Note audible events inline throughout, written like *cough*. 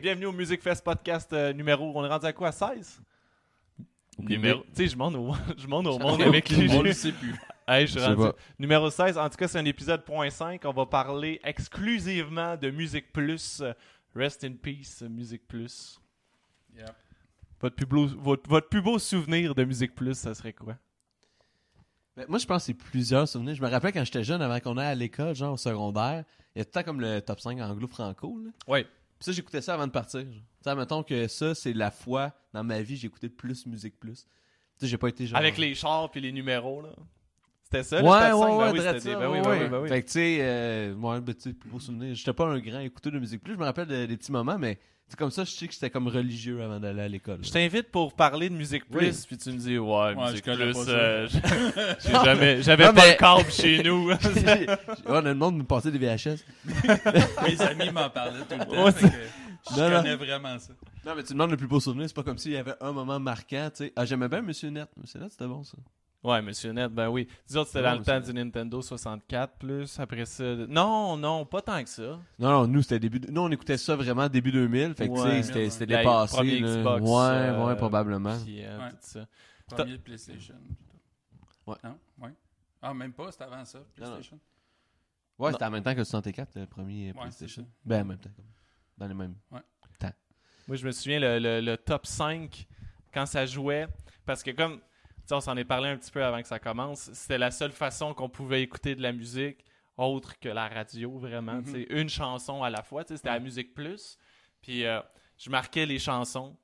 bienvenue au Music Fest podcast euh, numéro. On est rendu à quoi 16 Numéro. Tu sais, je monte au, *laughs* je monte au monde avec les On le sait plus. *laughs* Hey, je suis Je sais rendu- pas. Numéro 16, en tout cas, c'est un épisode point .5. On va parler exclusivement de Musique Plus. Euh, Rest in peace, Musique Plus. Votre plus, beau, votre, votre plus beau souvenir de Musique Plus, ça serait quoi? Ben, moi, je pense que c'est plusieurs souvenirs. Je me rappelle quand j'étais jeune, avant qu'on aille à l'école, genre au secondaire, il y a tout le temps comme le top 5 anglo-franco. là. Ouais. Puis ça, j'écoutais ça avant de partir. genre. Tu sais, mettons que ça, c'est la fois dans ma vie, j'ai écouté le plus musique plus. Tu sais, j'ai pas été genre. Avec les chars puis les numéros, là. C'était ça, Ouais, le stade cinq? Ben oui, ouais, ouais, c'était drette ça, des- ben oui, ouais, ben oui, ouais. ben oui. Fait que, tu sais, euh, ouais, ben, tu sais, plus beau souvenir. J'étais pas un grand écouteur de musique plus. Je me rappelle de- des petits moments, mais c'est comme ça, je sais que j'étais comme religieux avant d'aller à l'école. Je là. t'invite pour parler de Musique Plus, Oui. puis tu me dis, ouais, Ouais, Musique je connais Plus, pas ça. euh, *laughs* j'ai- j'ai jamais- j'avais Non, pas mais- le câble chez nous. *laughs* Ouais, on a le monde me passait des VHS. Mes amis m'en parlaient tout le temps. Ouais, fait que je Non, non. connais vraiment ça. Non, mais tu demandes le plus beau souvenir, c'est pas comme s'il y avait un moment marquant, tu sais. Ah, j'aimais bien Monsieur Net. Monsieur Net, c'était bon, ça. *laughs* ouais, Monsieur Net, ben oui. Disons autres, c'était Non, dans le temps Monsieur du Nintendo 64 plus, après ça... Non, non, pas tant que ça. Non, non, nous, c'était début. Nous, on écoutait ça vraiment début 2000. Fait que, tu Ouais. sais, c'était- c'était La dépassé. première là. Xbox, ouais, euh, ouais, probablement. Puis, euh, Ouais. tout ça. Premier PlayStation. Ouais. Non? Ouais. Ah, même pas, c'était avant ça, PlayStation. Ouais, c'était en même temps que le 64, le premier Ouais, PlayStation. c'est Ben, ça. en même temps. comme- Dans les mêmes. Moi, je me souviens le, le- le top 5 quand ça jouait. Parce que comme, tu sais, on s'en est parlé un petit peu avant que ça commence, c'était la seule façon qu'on pouvait écouter de la musique autre que la radio, vraiment. Mhm. tu Mm-hmm. sais, Une chanson à la fois. tu sais, C'était la Ouais. musique plus. Puis euh, je marquais les chansons.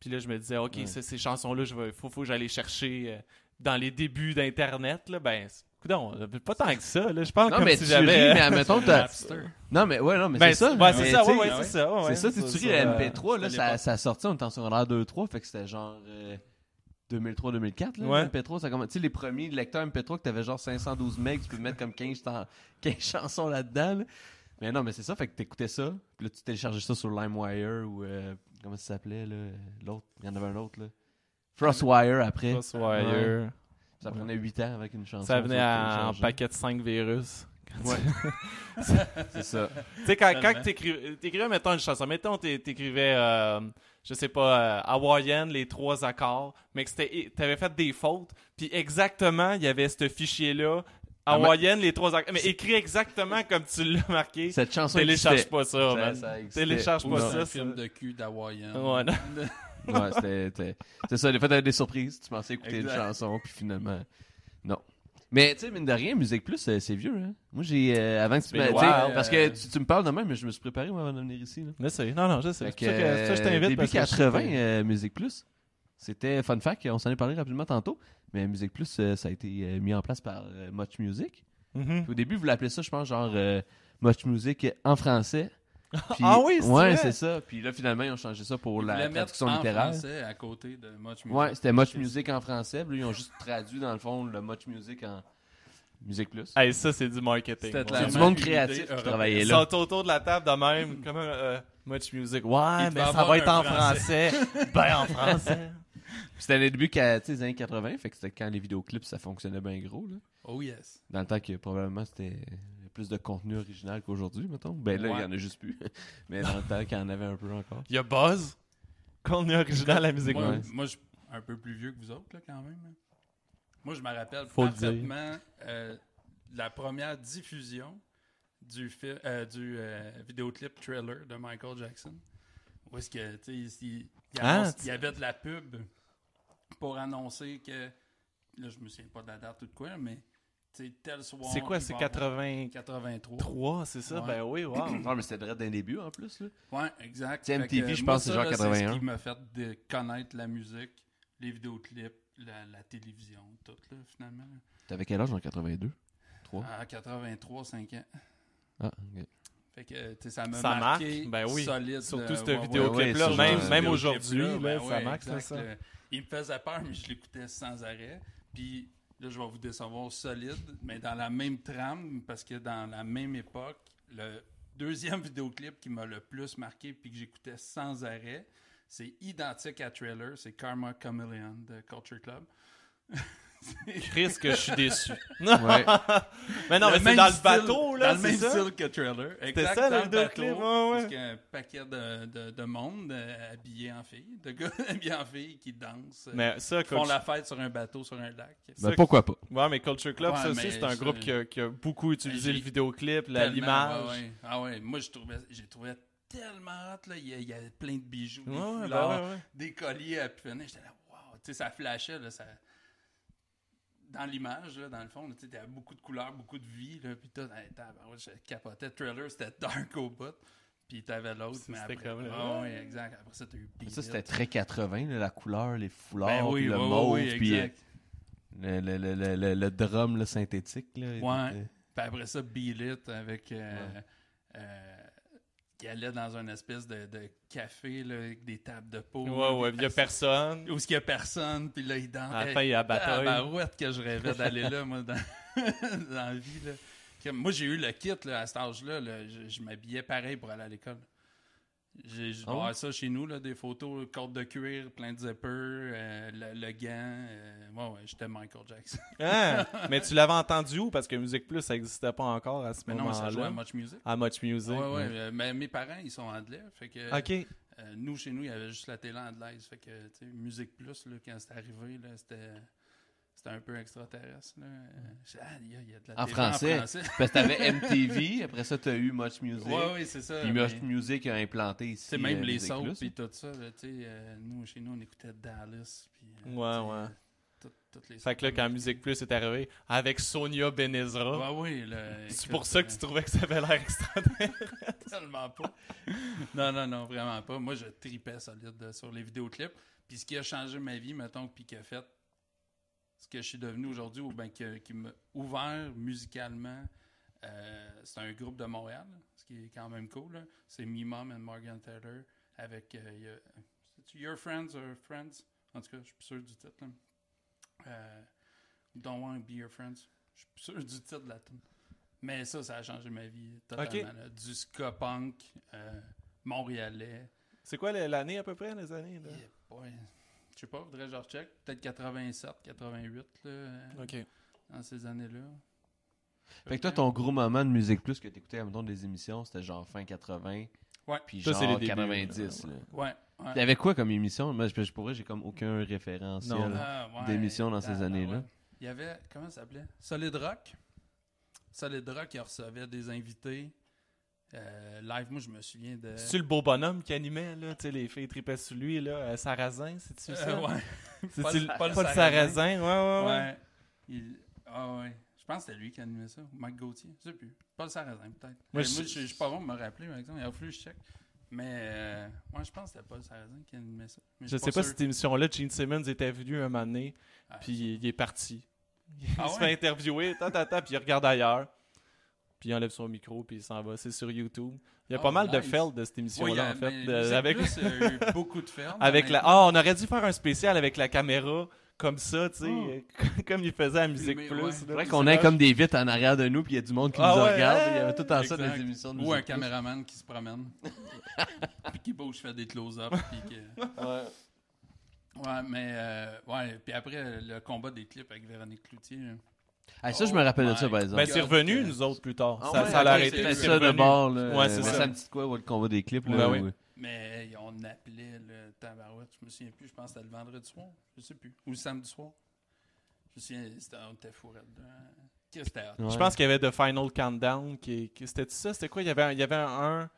Puis là, je me disais, OK, Ouais. ça, ces chansons-là, il faut, faut que j'aille les chercher euh, dans les débuts d'Internet. là, Ben, coudonc, pas tant que ça. là. Je parle Non, comme mais si tu j'avais... ris, mais admettons, Le *laughs* t'as. Napster. Non, mais ouais, non, mais Ben, c'est ça. ouais, mais c'est ça, tu sais, ouais, ouais, ah c'est ouais. ça. ouais, ouais, c'est ça, tu ça, tu ris la euh, MP3, là, c'était ça, l'époque. ça sortait, on était en secondaire 2-3, fait que c'était genre euh, 2003-2004, là, Ouais. le MP3, ça commence, tu sais, les premiers lecteurs MP3 que t'avais genre 512 megs, tu peux mettre comme 15, *laughs* tan- 15 chansons là-dedans, là. Mais non, mais c'est ça, fait que t'écoutais ça, puis là, tu téléchargeais ça sur LimeWire ou, euh, comment ça s'appelait, là, l'autre, il y en avait un autre, là. Frostwire après, Crosswire. Ouais. ça prenait 8 ans avec une chanson. Ça venait à en paquet de 5 virus. C'est ça. Tu sais, quand, quand Tellement. t'écri- t'écrivais, mettons, une chanson, mettons, t'é- t'écrivais, euh, je sais pas, euh, Hawaiian, les trois accords, mais que c'était- t'avais fait des fautes, puis exactement, il y avait ce fichier-là, Ah, mais- Hawaiian, les trois accords, mais écrit exactement comme tu l'as marqué. Cette chanson Télécharge existait. pas ça, Ça- man. ça existait. Télécharge Ou pas Non. c'est ça. un ça. film de cul d'Hawaiian. Ouais, non. *laughs* Ouais, c'était- c'était- c'est ça. Des fois, t'avais des surprises. Tu pensais écouter une Exact. chanson, puis finalement, non. Mais tu sais, mine de rien, Musique Plus, euh, c'est vieux. Hein? Moi, j'ai. euh, avant que tu Mais me. wow. tu sais, Parce que Euh, tu, tu me parles de même, mais je me suis préparé moi, avant de venir ici. Là. Je sais, non, non, je sais. Fait C'est pour ça que- ça, je euh, t'invite. Début parce que je sais 80, pas. euh, Musique Plus. C'était fun fact, on s'en est parlé rapidement tantôt. Mais Musique Plus, euh, ça a été euh, mis en place par euh, Much Music. Mhm. Puis au début, vous l'appelez ça, je pense, genre euh, Much Music *laughs* en français. Puis- Ah oui, c'est vrai. Ouais, c'est ça. Puis là, finalement, ils ont changé ça pour Ils voulaient la mettre traduction en littérale. français à côté de Much Music. Ouais, c'était euh, Much Music en français. Puis là, ils ont juste traduit, dans le fond, le Much Music en Musique Plus. Hey, ça, c'est du marketing. mon C'était de gars. C'est du la- Ah, clairement monde une créatif idée qui européenne. travaillait Ils là. sont autour de la table de même, comme euh, Much Music. Ouais, Il mais devait ça va avoir être un en français. *laughs* ben en français. Puis C'était les débuts qu'à- tu sais, des années 80, fait que c'était quand les vidéoclips, ça fonctionnait bien gros. Là. Oh yes. Dans le temps que probablement c'était plus de contenu original qu'aujourd'hui, mettons. Ben là, il y Ouais. en a juste plus. *laughs* Mais dans le temps qu'il y en avait un peu encore. Il y a Buzz, qu'on est original à la musique. Moi, ouais. moi, je suis un peu plus vieux que vous autres, là, quand même. hein. Moi, je me rappelle Faut le dire. parfaitement euh, la première diffusion du, fil- euh, du euh, vidéoclip trailer de Michael Jackson. Où est-ce que, tu sais, il, il Ah, annonce- tu- il y avait de la pub pour annoncer que. Là, je me souviens pas de la date ou de quoi, mais, tu sais, tel soir. C'est quoi, il c'est va y avoir 83, 83. c'est ça? Ouais. Ben oui, wow. *laughs* Non, mais c'était direct d'un début en plus. Là. Ouais, exact. Tu sais, Fait MTV, que, je moi, pense que c'est ça, genre là, 81. ce qui m'a fait de connaître la musique, les vidéoclips, la, la télévision, tout, là, finalement. T'avais quel âge en 82 3 En 83, 5 ans. Ah, Ben, ok. Fait que, tu sais, ça m'a Ça marqué. marque, ben oui. Solide. Surtout euh, cette ouais, ouais, vidéoclip-là, ouais, même- surtout ce même vidéoclip-là, Ben aujourd'hui, là, ça marque, exact, ça. le- il me faisait peur, mais je l'écoutais sans arrêt. Puis là, je vais vous décevoir solide, mais dans la même trame, parce que dans la même époque, le deuxième *laughs* vidéoclip qui m'a le plus marqué puis que j'écoutais sans arrêt, c'est identique à Trailer, c'est Karma Chameleon de Culture Club. Chris, que je suis *laughs* déçu. Ouais. Mais Ah non, mais c'est même dans le style- bateau, là, Dans le c'est même ça? style que trailer. Exact, ça, le dans le vidéoclip, bateau. ouais, ouais. Parce qu'il y a un paquet de, de, de monde euh, habillé en filles, de gars *laughs* habillés en filles qui dansent, euh, Mais ça, qui font Culture... la fête sur un bateau, sur un lac. Ben, pourquoi pas? ouais, mais Culture Club, Ouais, ça aussi, mais c'est un ça- groupe qui a, qui a beaucoup utilisé Ben, le j'ai vidéoclip, la- Tellement, l'image. ouais, ouais. Ah ouais, moi, je trouvais, j'ai trouvé tellement hot, là. Il y, a- il y avait plein de bijoux, des Ouais, ouais, foulards, ben ouais, ouais. des colliers à punir. J'étais là, wow, tu sais, ça flashait, là, ça... Dans l'image, là, dans le fond, tu sais, t'avais beaucoup de couleurs, beaucoup de vie, là, puis tout, hey, tabarouette, je capotais. Thriller, c'était dark au bout, puis t'avais l'autre, Ça, mais c'était après... comme le- Ah ouais, exact. Après ça, t'as eu Beat Ça, It. c'était très 80, là, la couleur, les foulards, Ben oui, puis le ouais, ouais, mauve, oui, puis euh, exact. le, le, le, le, le- le drum là, synthétique. Là, Ouais. était- Puis après ça, Billit avec. euh, Ouais. euh, qui allait dans une espèce de, de café là, avec des tables de peau. Ouais, ouais, il y a personne. Où il n'y a personne, puis là, il danse. À la fin, il y a la bataille. barouette que je rêvais d'aller là, moi, dans, *laughs* dans la vie. là. Comme Moi, j'ai eu le kit là, à cet âge-là. là, je je m'habillais pareil pour aller à l'école. J'ai j'ai Ah ouais? voir ça chez nous, là, des photos, corde de cuir, plein de zippers, euh, le, le gant. euh, ouais, ouais, j'étais Michael Jackson. *laughs* Hein? mais tu l'avais entendu où? Parce que Musique Plus, ça n'existait pas encore à ce Mais non, ça jouait à moment-là. Much Music. À Much Music. Ouais, ouais, euh, mais mes parents, ils sont anglais. Fait que, OK. euh, nous, chez nous, il y avait juste la télé anglaise. Fait que, tu sais, Musique Plus, là, quand c'est arrivé, là, c'était. C'était un peu extraterrestre. Là. Mm. Euh, j'ai dit, Ah, il y a- il y a de la En télé français. en français. *laughs* Parce que t'avais MTV, après ça, t'as eu Much Music. ouais, ouais, c'est ça. Puis mais Much Music a implanté ici. C'est même euh, les Music sons Plus. puis tout ça. là, tu sais, euh, nous, chez nous, on écoutait Dallas. Puis, euh, Ouais, tu sais, ouais. tout- toutes les Fait que là, quand Musique Plus est arrivé, avec Sonia Benezra, Ouais, ouais, là, *laughs* c'est écoute, pour ça que tu euh, trouvais que ça avait l'air extraordinaire. *laughs* Tellement pas. non, non, non, vraiment pas. Moi, je tripais solide euh, sur les vidéoclips. Puis ce qui a changé ma vie, mettons, puis qui a fait ce que je suis devenu aujourd'hui, ou bien que- qui m'a ouvert musicalement, euh, c'est un groupe de Montréal, ce qui est quand même cool. là. C'est Me Mom and Morgan Taylor avec euh, y a- c'est-tu Your Friends or Friends. En tout cas, je suis plus sûr du titre. là. Euh, Don't Want to Be Your Friends. Je suis plus sûr du titre de la tune. Mais ça, ça a changé ma vie totalement. Ok. là. Du ska punk euh, montréalais. C'est quoi le- l'année à peu près, les années? Là? Yeah, boy. Je sais pas, faudrait que je recheck. Peut-être 87, 88, là, euh, OK. dans ces années-là. Fait que toi, ton gros moment de Musique Plus que t'écoutais, mettons, des émissions, c'était genre fin 80. Ouais. Puis Ça, genre c'est les débuts, 90. là. Ouais. ouais. Il y avait quoi comme émission? Moi, je, je pourrais, j'ai comme aucun référentiel. Non. Ah, ouais, d'émissions dans ces ah, années-là. ouais. Il y avait, comment ça s'appelait Solid Rock. Solid Rock, il recevait des invités. Euh, live, moi, je me souviens de. C'est-tu le beau bonhomme qui animait, là? Tu sais, les filles tripaient sur lui, là. euh, Sarrazin, c'est-tu Euh, ça? *laughs* ouais. C'est-tu le- Paul- Paul Paul Sarrazin, Ah ouais, ouais, ouais. Ouais. Il- Ah, ouais. Je pense que c'était lui qui animait ça. Ou Mike Gauthier. Je sais plus. Paul Sarrazin, peut-être. Mais Moi, je- je je suis pas bon de me rappeler, par exemple. Il a fallu que je check. Mais moi, je pense que c'était Paul Sarrazin qui animait ça. Mais Je suis sais pas si sûr. cette émission-là, Gene Simmons était venu un moment donné, Ah. puis il est parti. *laughs* Il Ah se ouais? fait interviewer, tant, tant, tant, puis il regarde ailleurs. Puis il enlève son micro, puis il s'en va. C'est sur YouTube. Il y a Oh, pas mal de nice. fails de cette Ouais, il y émission-là, a- en fait. mais de- Musique avec *laughs* Plus, il y a eu beaucoup de fermes. avec la... honnêtement. Ah, on aurait dû faire un spécial avec la caméra, comme ça, tu sais, Oh. euh, *laughs* comme il faisait à Musique Filmé, Plus. ouais. là, C'est C'est vrai puis qu'on Ah, c'est ait moche. comme des vitres en arrière de nous, puis il y a du monde qui Ah nous ouais, regarde. hey! Il y avait tout en ça Exact. des émissions de Ou un Musique Plus. caméraman qui *laughs* se promène. puis qui bouge, fait des close-up. Puis que- Ouais. Ouais, mais. euh, ouais, puis après, le combat des clips avec Véronique Cloutier. là. Ah, ça, je me rappelle de ça, par exemple. Ben, c'est revenu, que- nous autres, plus tard. Ah ça ouais, ça ok, l'a arrêté. c'était mais c'est ça de revenu. bord. Là, Ouais, c'est Mais ça. me dit de quoi, ouais, le combat des clips. Là, Ben ouais. oui. Mais hey, on appelait le tabarouette, je me souviens plus, je pense que c'était le vendredi soir, je sais plus, ou le samedi soir. Je me souviens, c'était, on était fourrés dedans. Qu'est-ce que c'était hot? Je pense qu'il y avait The Final Countdown. Qui, qui- c'était ça? C'était quoi? Il y avait, un- il y avait un,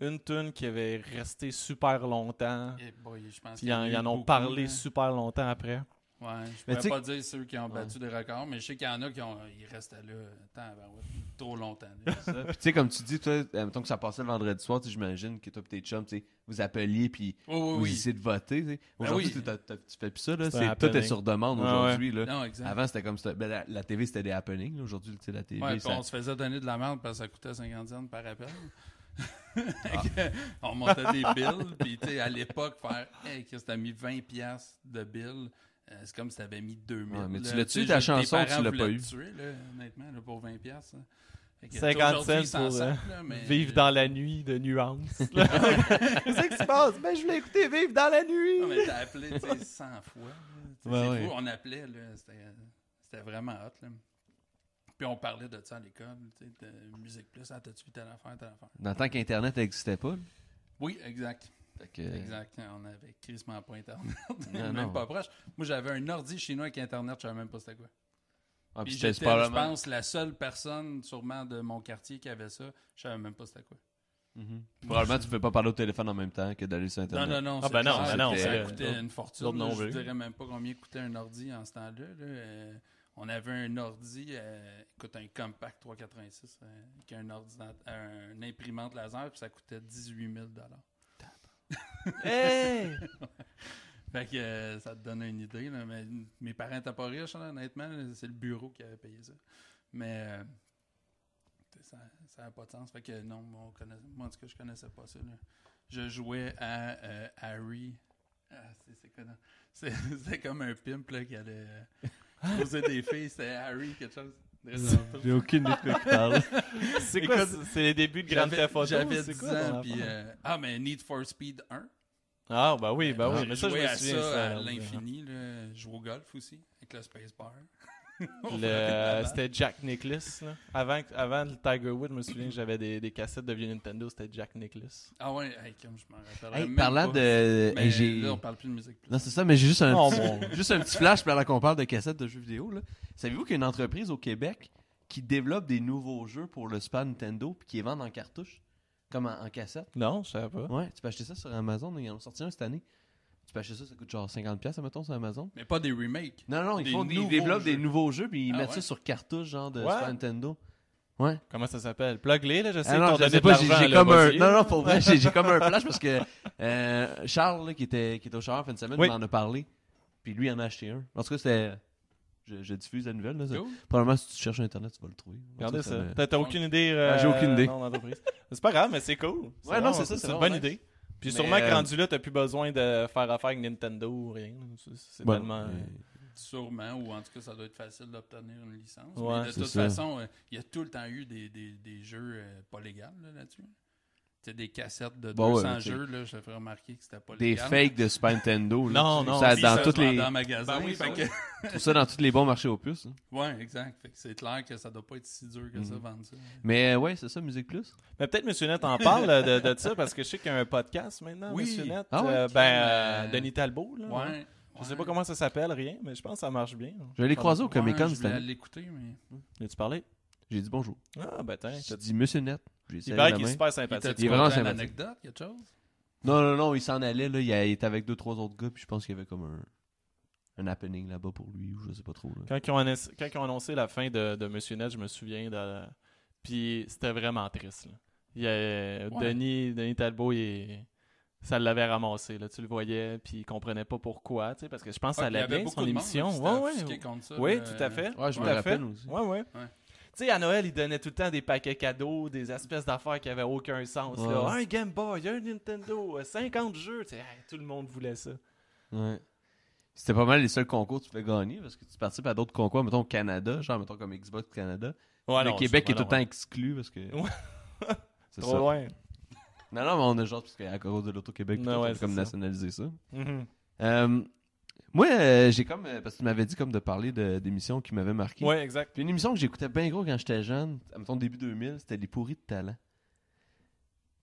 une tune qui avait resté super longtemps. Eh boy, je pense Puis ils en, qu'il y ils a eu en ont beaucoup, parlé là. super longtemps après. Ouais, je Mais tu pourrais sais pas dire ceux qui ont battu des records, mais je sais qu'il y en a qui ont, ils restaient là, tabarouette, trop longtemps. *laughs* *laughs* Ça. là. Puis, tu sais, comme tu dis, toi, euh, mettons que ça passait le vendredi soir, tu sais, j'imagine que toi, et tes chums, tu sais, vous appeliez, puis Oh, vous oui, oui. essayez de voter. tu sais. Ben Aujourd'hui, oui. tu t'as- t'as- tu fais plus ça. Là, C'est c'est- un tout est happening. sur demande Ah ouais. aujourd'hui. là. Non, Ah exact. Avant, c'était comme. c'était- ben, la, la TV, c'était des happenings. là. Aujourd'hui, tu sais, la TV. Ouais, puis ça- on se faisait donner de la merde parce que ça coûtait 50 cents par appel. Ah. Fait que *laughs* on montait des billes, puis tu sais, à l'époque, faire Hey, Chris, t'as mis 20$ piastres de billes, euh, c'est comme si t'avais mis 2000. Ouais, mais tu là. l'as sais, tué, ta je- tes chanson, parents tu l'as voulaient pas te eu. tuer, là, honnêtement, là, pour 20$. piastres, là. Fait que, tu sais, 50 aujourd'hui, ils cents s'en pour, euh, sacrent, là, mais- Vivre dans la nuit de *laughs* nuances. là. Qu'est-ce qui se passe? Ben, je voulais écouter Vivre dans la nuit. *laughs* Non, mais t'as appelé, tu sais, 100 fois. là. Tu sais, Ouais, c'est ouais. fou, on appelait, là. C'était C'était vraiment hot, là. Puis on parlait de ça à l'école, tu sais, de Musique Plus, ah, t'as-tu vu telle affaire, telle affaire. Dans le temps qu'Internet n'existait pas. là. Oui, exact. Fait que- Exact. On avait crissement pas Internet. *laughs* Non, même non. pas proche. Moi, j'avais un ordi chez nous avec Internet, je savais même pas c'était quoi. Ah, puis Puis c'était j'étais, je probablement- pense, la seule personne, sûrement, de mon quartier qui avait ça. Je savais même pas c'était quoi. Mhm. Probablement, tu peux pas parler au téléphone en même temps que d'aller sur Internet. Non, non, non. Ah, ben c'est non, ben clair, non, Ça c'est- coûtait une fortune. l'autre là, non je veut. dirais même pas combien coûtait un ordi en ce temps-là. là. Euh, on avait un ordi, euh, écoute, un Compact 386, euh, qui est un, ordinate- un imprimante laser, puis ça coûtait 18 000 Hey! *laughs* Fait que euh, ça te donne une idée. Là, mais mes parents étaient pas riches, là, honnêtement. là, C'est le bureau qui avait payé ça. Mais euh, t'sais, ça ça n'a pas de sens. Fait que non, moi, on connaît- moi, en tout cas, je connaissais pas ça. là. Je jouais à euh, Harry. Ah, c'est- c'est quoi, non? *laughs* C'est- C'était comme un pimp là, qui allait euh, poser des filles. C'était Harry, *laughs* quelque chose. J'ai aucune idée de *laughs* quoi tu parles. C'est quoi Écoute, ça? C'est les débuts de Grand J'avais Theft Auto? j'avais C'est 10 quoi ton ans. puis, affaire? euh, ah, mais Need for Speed 1. Ah, bah oui, bah oui. J'ai Mais ça, je joué me à souviens. ça, ça, hein. à là. l'infini. là. Je joue au golf aussi, avec le *laughs* spacebar. Le- C'était Jack Nicklaus. là. Avant, que- avant le Tiger Woods, je me souviens que j'avais des, des cassettes de vieux Nintendo. C'était Jack Nicklaus. Ah ouais, hey, comme je m'en rappelle. Hey, parlant de. euh, Mais hey, j'ai- là, on parle plus de musique. Plus. Non, c'est ça, mais j'ai juste un, Oh, petit, mon- *laughs* juste un petit flash pendant qu'on parle de cassettes de jeux vidéo. là. Savez-vous qu'il y a une entreprise au Québec qui développe des nouveaux jeux pour le Super Nintendo puis qui les vend en cartouche, comme en, en cassette? Non, je savais pas. Ouais, tu peux acheter ça sur Amazon. Ils en ont sorti un cette année. Tu peux acheter ça, ça coûte genre 50$, mettons, sur Amazon. Mais pas des remakes. Non, non, ils, Des font, ils nouveaux développent des jeux. nouveaux jeux puis ils Ah mettent ouais? ça sur cartouche, genre de Ouais. Super Nintendo. Comment ça s'appelle? Plug-les, là, je sais. Ah non, t'en je donnais sais de pas, j'ai l'argent, j'ai là, comme un. vas-y. Non, non, *laughs* pour vrai, j'ai j'ai comme un flash parce que euh, Charles, là, qui, était, qui était au char en fin de semaine, Oui. il en a parlé. Puis lui, il en a acheté un. En tout cas, c'était. Je, je diffuse la nouvelle. Là, ça- Cool. Probablement, si tu cherches sur Internet, tu vas le trouver. En tout cas, Regardez ça. me- T'as- T'as aucune idée. euh, Ah, j'ai aucune idée. non, d'entreprise. C'est pas grave, mais c'est cool. Ouais, non, bon, c'est ça, c'est une bon, bonne nice. idée. Puis Mais, sûrement que euh, rendu là, t'as plus besoin de faire affaire avec Nintendo ou rien. C'est- C'est Bon, tellement. euh, Sûrement, ou en tout cas, ça doit être facile d'obtenir une licence. Ouais, mais de c'est toute ça. façon, euh, il y a tout le temps eu des, des, des jeux euh, pas légaux là, là-dessus. Tu sais, des cassettes de Bon, ouais, 200 tu sais. jeux, là, je te ferai remarquer que c'était pas Des légal. fakes de Super Nintendo. *laughs* là. Non, non, Ça, si, dans ça, toutes les, Dans magasin, Ben oui, fait ben que- je trouve ça dans tous les bons marchés aux puces. hein. *laughs* Ouais, exact. Fait que c'est clair que ça doit pas être si dur que Mhm. ça, vendre ça. Mais euh, ouais, c'est ça, Musique Plus. Mais peut-être Monsieur Net en parle là, de, de ça parce que je sais qu'il y a un podcast maintenant, Oui. Monsieur Net. Ah ouais? euh, ben, euh, Euh, Denis Talbot. Là, Ouais. Je sais pas comment ça s'appelle, rien, mais je pense que ça marche bien. Je l'ai croisé au Comic Con Je cette voulais année. l'écouter, mais. As-tu parlé J'ai dit bonjour. Ah, ben, tiens. J'ai dit Monsieur Net. J'ai Il serré paraît la qu'il est main. super Il sympathique. t'a-tu Il est vraiment conté une sympathique. anecdote, quelque chose? Non, non, non, il s'en allait, là. Il a- il était avec deux, trois autres gars, puis je pense qu'il y avait comme un, un happening là-bas pour lui, ou je sais pas trop. là. Quand ils ont annoncé, quand ils ont annoncé la fin de, de Monsieur Net, je me souviens. De, puis c'était vraiment triste. là. Il y a- Ouais. Denis, Denis Talbot, il est- ça l'avait ramassé. Là. Tu le voyais, puis il comprenait pas pourquoi. tu sais, Parce que je pense que ça Ah, puis il y allait avait bien, beaucoup son de monde, hein, émission. qui Ouais, s'était ouais. offusqué contre ça, Oui, là. tout à fait. Ouais, je tout me à rappelle fait. aussi. Ouais, ouais. Ouais. Tu sais, à Noël, ils donnaient tout le temps des paquets cadeaux, des espèces d'affaires qui avaient aucun sens. là. Ouais. Un Game Boy, un Nintendo, euh, 50 jeux. Tu sais, hey, tout le monde voulait ça. Ouais. C'était pas mal les seuls concours que tu pouvais gagner, parce que tu participes à d'autres concours, mettons au Canada, genre, mettons comme Xbox Canada. le Québec est tout le temps exclu, parce que. Ouais. *laughs* c'est Trop ça. loin. Non, non, mais on a genre, parce qu'à cause de l'Auto-Québec, Ouais, on ouais, a comme c'est ça. nationalisé ça. Mhm. Euh, moi, euh, j'ai comme. euh, parce que tu m'avais dit comme de parler de- d'émissions qui m'avaient marqué. Ouais, exact. Puis une émission que j'écoutais bien gros quand j'étais jeune, à mettons début 2000, c'était Les pourris de talent.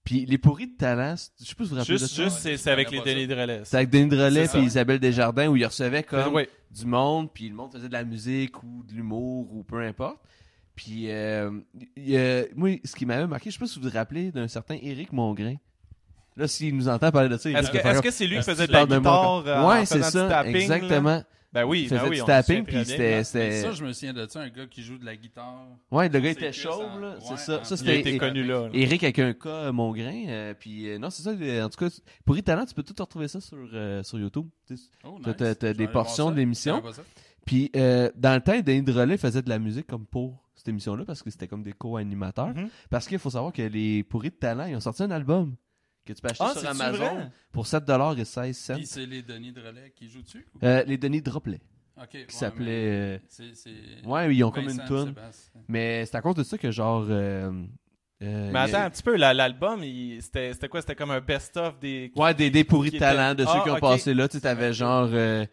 Puis Les pourris de talent, c'est- je sais pas si vous vous rappelez Juste, de ça. juste c'est- c'est avec les Ouais, je délais de relais. C'est avec Denis Drolet C'est ça. puis Isabelle Desjardins où ils recevaient comme Ouais. du monde, puis le monde faisait de la musique ou de l'humour ou peu importe. Puis euh, il y a- moi, ce qui m'avait marqué, je sais pas si vous vous rappelez d'un certain Éric Mongrain. Là, s'il nous entend parler de ça, il Est-ce va que faire est-ce que c'est lui qui Est-ce que faisait tu de la parles de moi guitare euh, comme- en Ouais, faisant c'est du ça, tapping, là? exactement. Ben oui, Il ben faisait oui, du on tapping, le sait puis très bien. c'était. Mais c'était- ça, je me souviens de ça, un gars qui joue de la guitare. Ouais, le gars C'est était que chauve, ça- là. ouais, C'est ça. hein. Ça, en- Il a c'était été connu là. là. Eric avec un cas mon grain. puis euh, non, c'est ça. euh, En tout cas, pour Talent, tu peux tout retrouver ça sur, euh, sur YouTube. Tu sais, Oh, T'as- nice. t'as- t'as Je vais des aller voir portions ça. de l'émission. Je savais pas ça. Puis euh, dans le temps, Denis Drolet faisait de la musique comme pour cette émission-là parce que c'était comme des co-animateurs. Mm-hmm. Mhm. Parce qu'il faut savoir que les pourris de talent, ils ont sorti un album que tu peux acheter Ah, sur c'est-tu Amazon vrai? pour 7,16$. Puis c'est les Denis de relais qui jouent dessus. ou- Euh, les Denis Droplet, Ok, ouais, qui s'appelait. mais c'est- c'est- euh, Ouais, ils ont comme Vincent une toune. Sébastien. Mais c'est à cause de ça que genre. euh, Mais euh, il y a- attends un petit peu, la- l'album, il- c'était c'était quoi C'était comme un best-of des. Ouais, des, des pourris qui de talent, étaient- de ceux Ah, qui ont ok. passé là. Tu sais, t'avais genre. euh,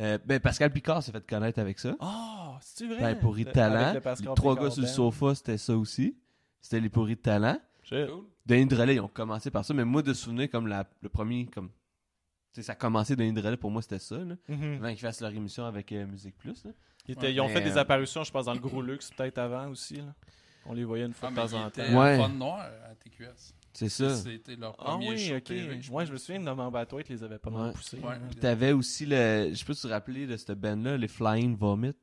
euh, ben, Pascal Picard s'est fait connaître avec ça. Oh Ah, c'est vrai. les pourris de talent. Les trois gars sur le sofa, c'était ça aussi. C'était les pourris de talent. Cool. Denis Drolet, ils ont commencé par ça, mais moi, de souvenir, comme la- le premier, comme. Tu sais, ça a commencé Denis Drolet, pour moi, c'était ça, là. Avant qu'ils fassent leur émission avec euh, Musique Plus, là. Mhm. Ils, étaient- ils ont fait Mais, des euh, apparitions, je pense, dans le Gros Luxe, peut-être avant aussi. là. On les voyait une fois Ah, de mais temps ils en étaient temps. Ouais. en fun noir à TQS. C'est ça. C'était leur Ah premier oui, show ok. TV, Moi, je me souviens de Norman Batouette, ils les avaient pas mal Ouais. poussés. Ouais. hein. Puis T'avais aussi le. Je sais pas si tu te rappelles de cette band-là, les Flying Vomit.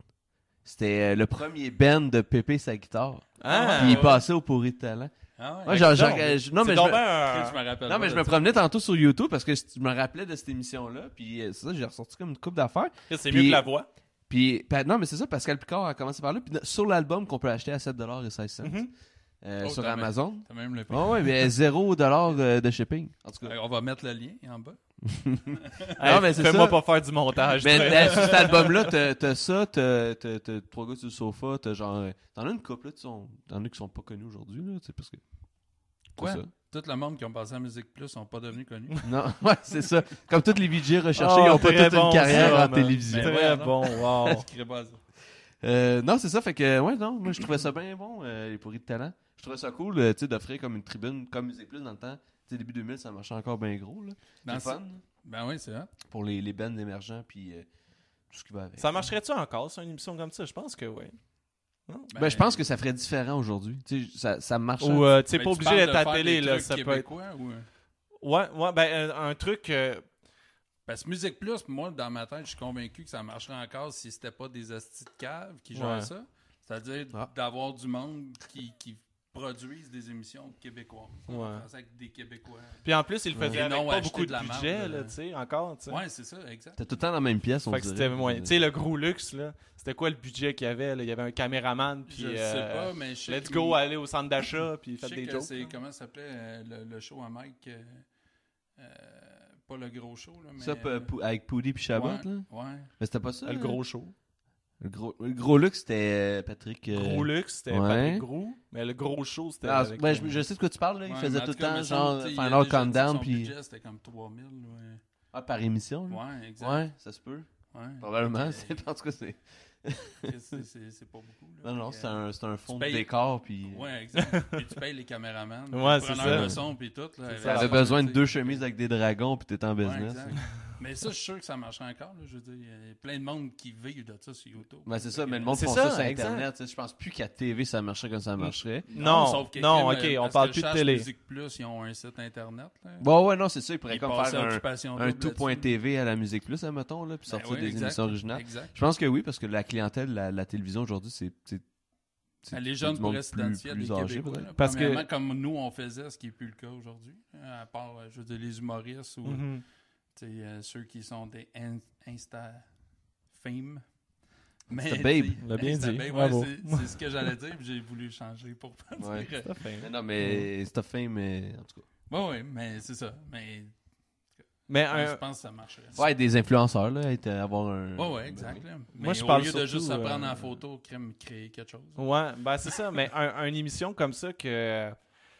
C'était euh, le premier band de Pépé sa guitare. Ah, Puis il ouais. passait au pourri de talent. Ah ouais. Moi, genre, guitare, genre, oui. euh, je- non, C'est mais je donc me- ben un- je me rappelle non, pas mais de je me ça. promenais tantôt sur YouTube parce que je je me rappelais de cette émission-là. Puis euh, c'est ça, j'ai ressorti comme une coupe d'affaires. C'est Puis- mieux que la voix. Puis, pa- non, mais c'est ça, Pascal Picard a commencé par là. Puis, sur l'album qu'on peut acheter à 7,16$ Mhm. euh, Oh, sur t'as même- Amazon. T'as même le Ah. Oh, ouais, mais 0$ euh, de shipping. En tout cas. Euh, On va mettre le lien en bas. Hey, mais c'est Fais-moi pas ça. faire du montage. Mais toi. là, sur cet album-là, t'as t'as ça, t'as t'as- t'as trois gars sur le sofa, t'as genre. euh, T'en as une couple, là, qui sont- t'en as qui sont pas connus aujourd'hui, là, tu sais, parce que. c'est Quoi? ça. Tout le monde qui ont passé à Musique Plus sont pas devenus connus. *laughs* Non, *laughs* ouais, c'est ça. Comme tous les VJ recherchés, Oh, ils ont pas très toute bon, une carrière ça, en man. télévision. Mais- Très ouais, bon, *laughs* wow. Je crée pas ça. Euh, non, c'est ça, fait que, ouais, non, moi je trouvais ça bien bon, euh, les pourris de talent. Je trouvais ça cool, euh, tu sais, d'offrir comme une tribune, comme Musique Plus dans le temps. Tu sais, début 2000, ça marchait encore bien gros, là. Dans C'est ça- fun, là, Ben oui, c'est vrai. Pour les, les bands émergents, puis euh, tout ce qui va avec. Ça marcherait-tu encore, sur une émission comme ça? Je pense que oui. Ben, je pense que ça ferait différent aujourd'hui. Tu sais, ça, ça marche. Ou, euh, tu sais, Ben, pas tu obligé parles d'être de à faire la télé, des là. trucs Ça peut être... québécois ou- euh, Ouais, ouais, ben, un, un truc... euh, Parce que Musique Plus, moi, dans ma tête, je suis convaincu que ça marcherait encore si c'était pas des hosties de cave qui jouaient Ouais. ça. C'est-à-dire Ah. d'avoir du monde qui, qui produisent des émissions québécoises. Ouais. On va faire ça avec des Québécois. Puis en plus, il le Ouais. faisait Et avec non, pas acheter beaucoup de de, la budget, marde, là, euh. tu sais, encore, tu sais. Ouais, c'est ça, exact. T'es tout le temps dans la même pièce, on Fait que dirait. euh, c'était moyen. Tu sais, le gros luxe, là, c'était quoi le budget qu'il y avait? là? Il y avait un caméraman, puis... je sais euh, pas, mais je sais Let's que- go aller au centre d'achat, puis Je faire sais des que jokes. c'est là. comment ça s'appelait euh, le, le show à Mike euh, euh, pas le gros show là mais Ça, euh, p- pou- avec Poudy puis Chabot, ouais, là. ouais Mais c'était pas ça. Le là. gros show. Le gros, le gros luxe, c'était euh, Patrick. euh, Gros luxe, c'était ouais. Patrick Gros, mais le gros show, c'était. ah, avec- ouais, je, je sais de quoi tu parles, là. Il Ouais, mais faisait en tout le cas, temps, me semble, genre, tu sais, il a Final déjà dit que Countdown, son puis. budget, c'était comme 3000 ouais. Ah, par émission, là. Ouais, exact. Ouais, ça se peut. ouais. Probablement. Euh, c'est- En tout cas, c'est. c'est- c'est c'est pas beaucoup là. Non, non, Fait que, c'est un, c'est un fond de payes- décor, puis. Ouais, *laughs* exact. Et tu payes les caméramans, Ouais, les c'est preneurs ça. de son puis tout là. ça, Ça avait la besoin de deux chemises avec des dragons, puis t'es en Ouais, business. exact. mais ça, je suis sûr que ça marcherait encore. Là, je veux dire, il y a plein de monde qui vivent de ça sur YouTube. Ben, c'est ça, Fait que- mais le monde C'est font ça, ça, sur exact. Internet. tu sais, Je pense plus qu'à TV, ça marcherait comme Mm. ça marcherait. Non, sauf que non, Crime, euh, ok, on parce parle que plus de Charge télé. Musique Plus, ils ont un site internet. Là. Bon, ouais, non, c'est ça. Ils pourraient Ils comme passaient faire un, Occupation un Double là-dessus. tout.tv à la musique plus, admettons, là, puis Ben sortir oui, des exact. émissions originales. Exact. Je pense que oui, parce que la clientèle, la, la télévision aujourd'hui, c'est. c'est- c'est- Ah, Ben, Les c'est jeunes du monde pourraient s'identifier à des âgé, Québécois. peut-être. là. Parce que- Premièrement, comme nous, on faisait, ce qui n'est plus le cas aujourd'hui, euh, à part, euh, je veux dire, les humoristes ou euh, Mhm. tu sais, euh, ceux qui sont des in- Insta-fame. Mais, *laughs* Insta babe. tu sais, On l'a bien Insta dit. babe, ouais, Bravo. c'est- c'est ce que j'allais dire, puis j'ai voulu changer pour pas Ouais. dire. Tout à fait. Mais non, mais c'est fame, mais en tout Oui, oui, mais c'est ça. Mais Mais ouais, je un- pense que ça marcherait. cas. Ouais, des influenceurs, là, être- euh, avoir un. Oui, oui, exact. là. Mais ben Moi, je au parle lieu de surtout, juste se euh, prendre en photo, crème, créer quelque chose. ouais, ben c'est ça, mais un, une émission comme ça que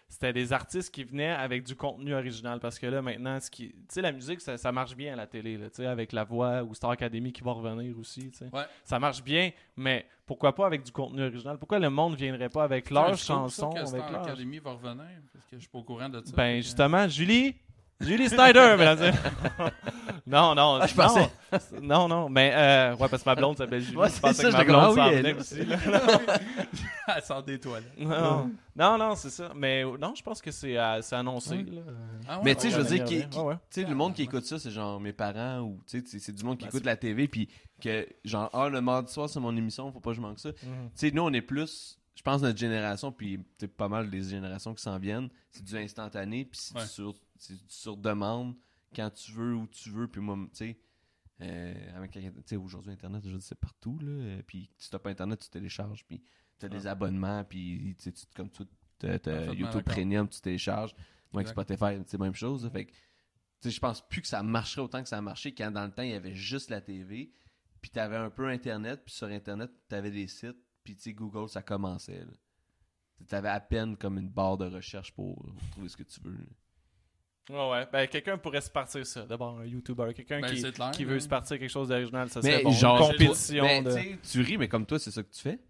c'était des artistes qui venaient avec du contenu original parce que là maintenant, ce qui, tu sais, la musique ça, ça marche bien à la télé, là, tu sais, avec la voix ou Star Academy qui va revenir aussi, tu sais. Ouais. Ça marche bien, mais pourquoi pas avec du contenu original Pourquoi le monde viendrait pas avec Ouais, leurs je trouve ça chansons, que avec Star leurs Academy va revenir, parce que je suis pas au courant de ça. euh, Ben, Fait que- justement, *laughs* Julie. Julie Snyder, mesdames et Non, non. Ah, je non. pensais. Non, non. Mais, euh, ouais, parce que ma blonde s'appelle Julie. Ouais, je c'est pensais ça, que ma j'étais comme, blonde ah s'en oui, elle venait est aussi, là. *laughs* Elle sort des toilettes. Non, non, non, c'est ça. Mais, euh, non, je pense que c'est euh, c'est annoncé, Ouais. là. Ah ouais, Mais tu sais, je veux ouais, dire, ouais, qui, ouais. qui- Ouais, ouais. tu sais, le monde qui écoute ça, c'est genre mes parents ou tu sais, c'est- c'est du monde qui écoute la TV, puis que genre, ah, le mardi soir, c'est mon émission, faut pas que je manque ça. Tu sais, nous, on est plus, je pense, notre génération, puis tu sais, pas mal des générations qui s'en viennent, c'est du instantané, puis c'est Ouais. du sur, c'est du sur demande, quand tu veux, où tu veux, puis moi, tu sais, euh, avec- tu sais, aujourd'hui, Internet, je dis, c'est partout, là, euh, puis si t'as pas Internet, tu télécharges, puis t'as des abonnements, puis tu sais, tu- comme tu t'as- t'as Parfaitement YouTube d'accord. Premium, tu télécharges, moi, avec Exact. Spotify, c'est la même chose, là, fait que, tu sais, je pense plus que ça marcherait autant que ça a marché quand dans le temps, il y avait juste la TV, puis t'avais un peu Internet, puis sur Internet, t'avais des sites, puis tu sais, Google, ça commençait. là. T'avais à peine comme une barre de recherche pour trouver ce que tu veux. là. Ouais, ouais. Ben, quelqu'un pourrait se partir ça. D'abord, un YouTuber. Quelqu'un Ben, qui, c'est clair, qui hein. veut se partir quelque chose d'original. Ça Mais serait bon. genre, Une compétition. Mais, de... Ben, tu sais, Tu ris, mais comme toi, c'est ça que tu fais. Tu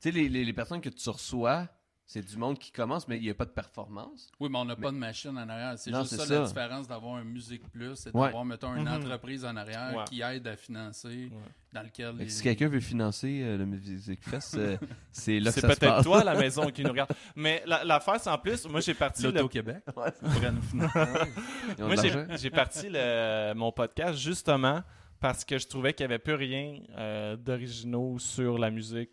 sais, les, les- les personnes que tu reçois, c'est du monde qui commence, mais il n'y a pas de performance. Oui, mais on n'a pas de machine en arrière. C'est Non, juste c'est ça, ça. la différence d'avoir un Musique Plus, c'est Ouais. d'avoir, mettons, une Mhm. entreprise en arrière Ouais. qui aide à financer, Ouais. dans lequel... Fait que les- si quelqu'un veut financer euh, le Music Fest, euh, c'est là que C'est ça se peut-être passe. toi à la maison qui nous regarde. Mais la- l'affaire, c'est en plus, moi j'ai *laughs* parti le L'Auto-Québec pourrait nous financer. Ils ont Moi, de j'ai- l'argent. j'ai parti le- mon podcast justement parce que je trouvais qu'il n'y avait plus rien euh, d'originaux sur la musique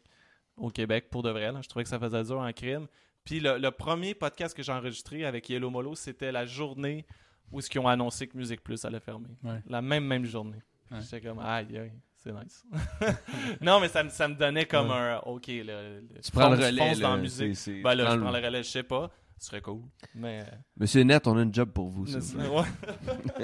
au Québec pour de vrai. là. Je trouvais que ça faisait dur en crime. Puis le, le premier podcast que j'ai enregistré avec Yellow Molo, c'était la journée où ils ont annoncé que Musique Plus allait fermer. Ouais. La même, même journée. Ouais. J'étais comme, aïe, aïe, c'est nice. *laughs* non, mais ça, me- ça me donnait comme un, OK, là, Tu prends le fonce- relais. fonce dans la là. musique. C'est- c'est- Ben tu là, prends je le- prends le relais, je sais pas. Ce serait cool. Mais. euh, Monsieur Net, on a une job pour vous. c'est ça. Ouais.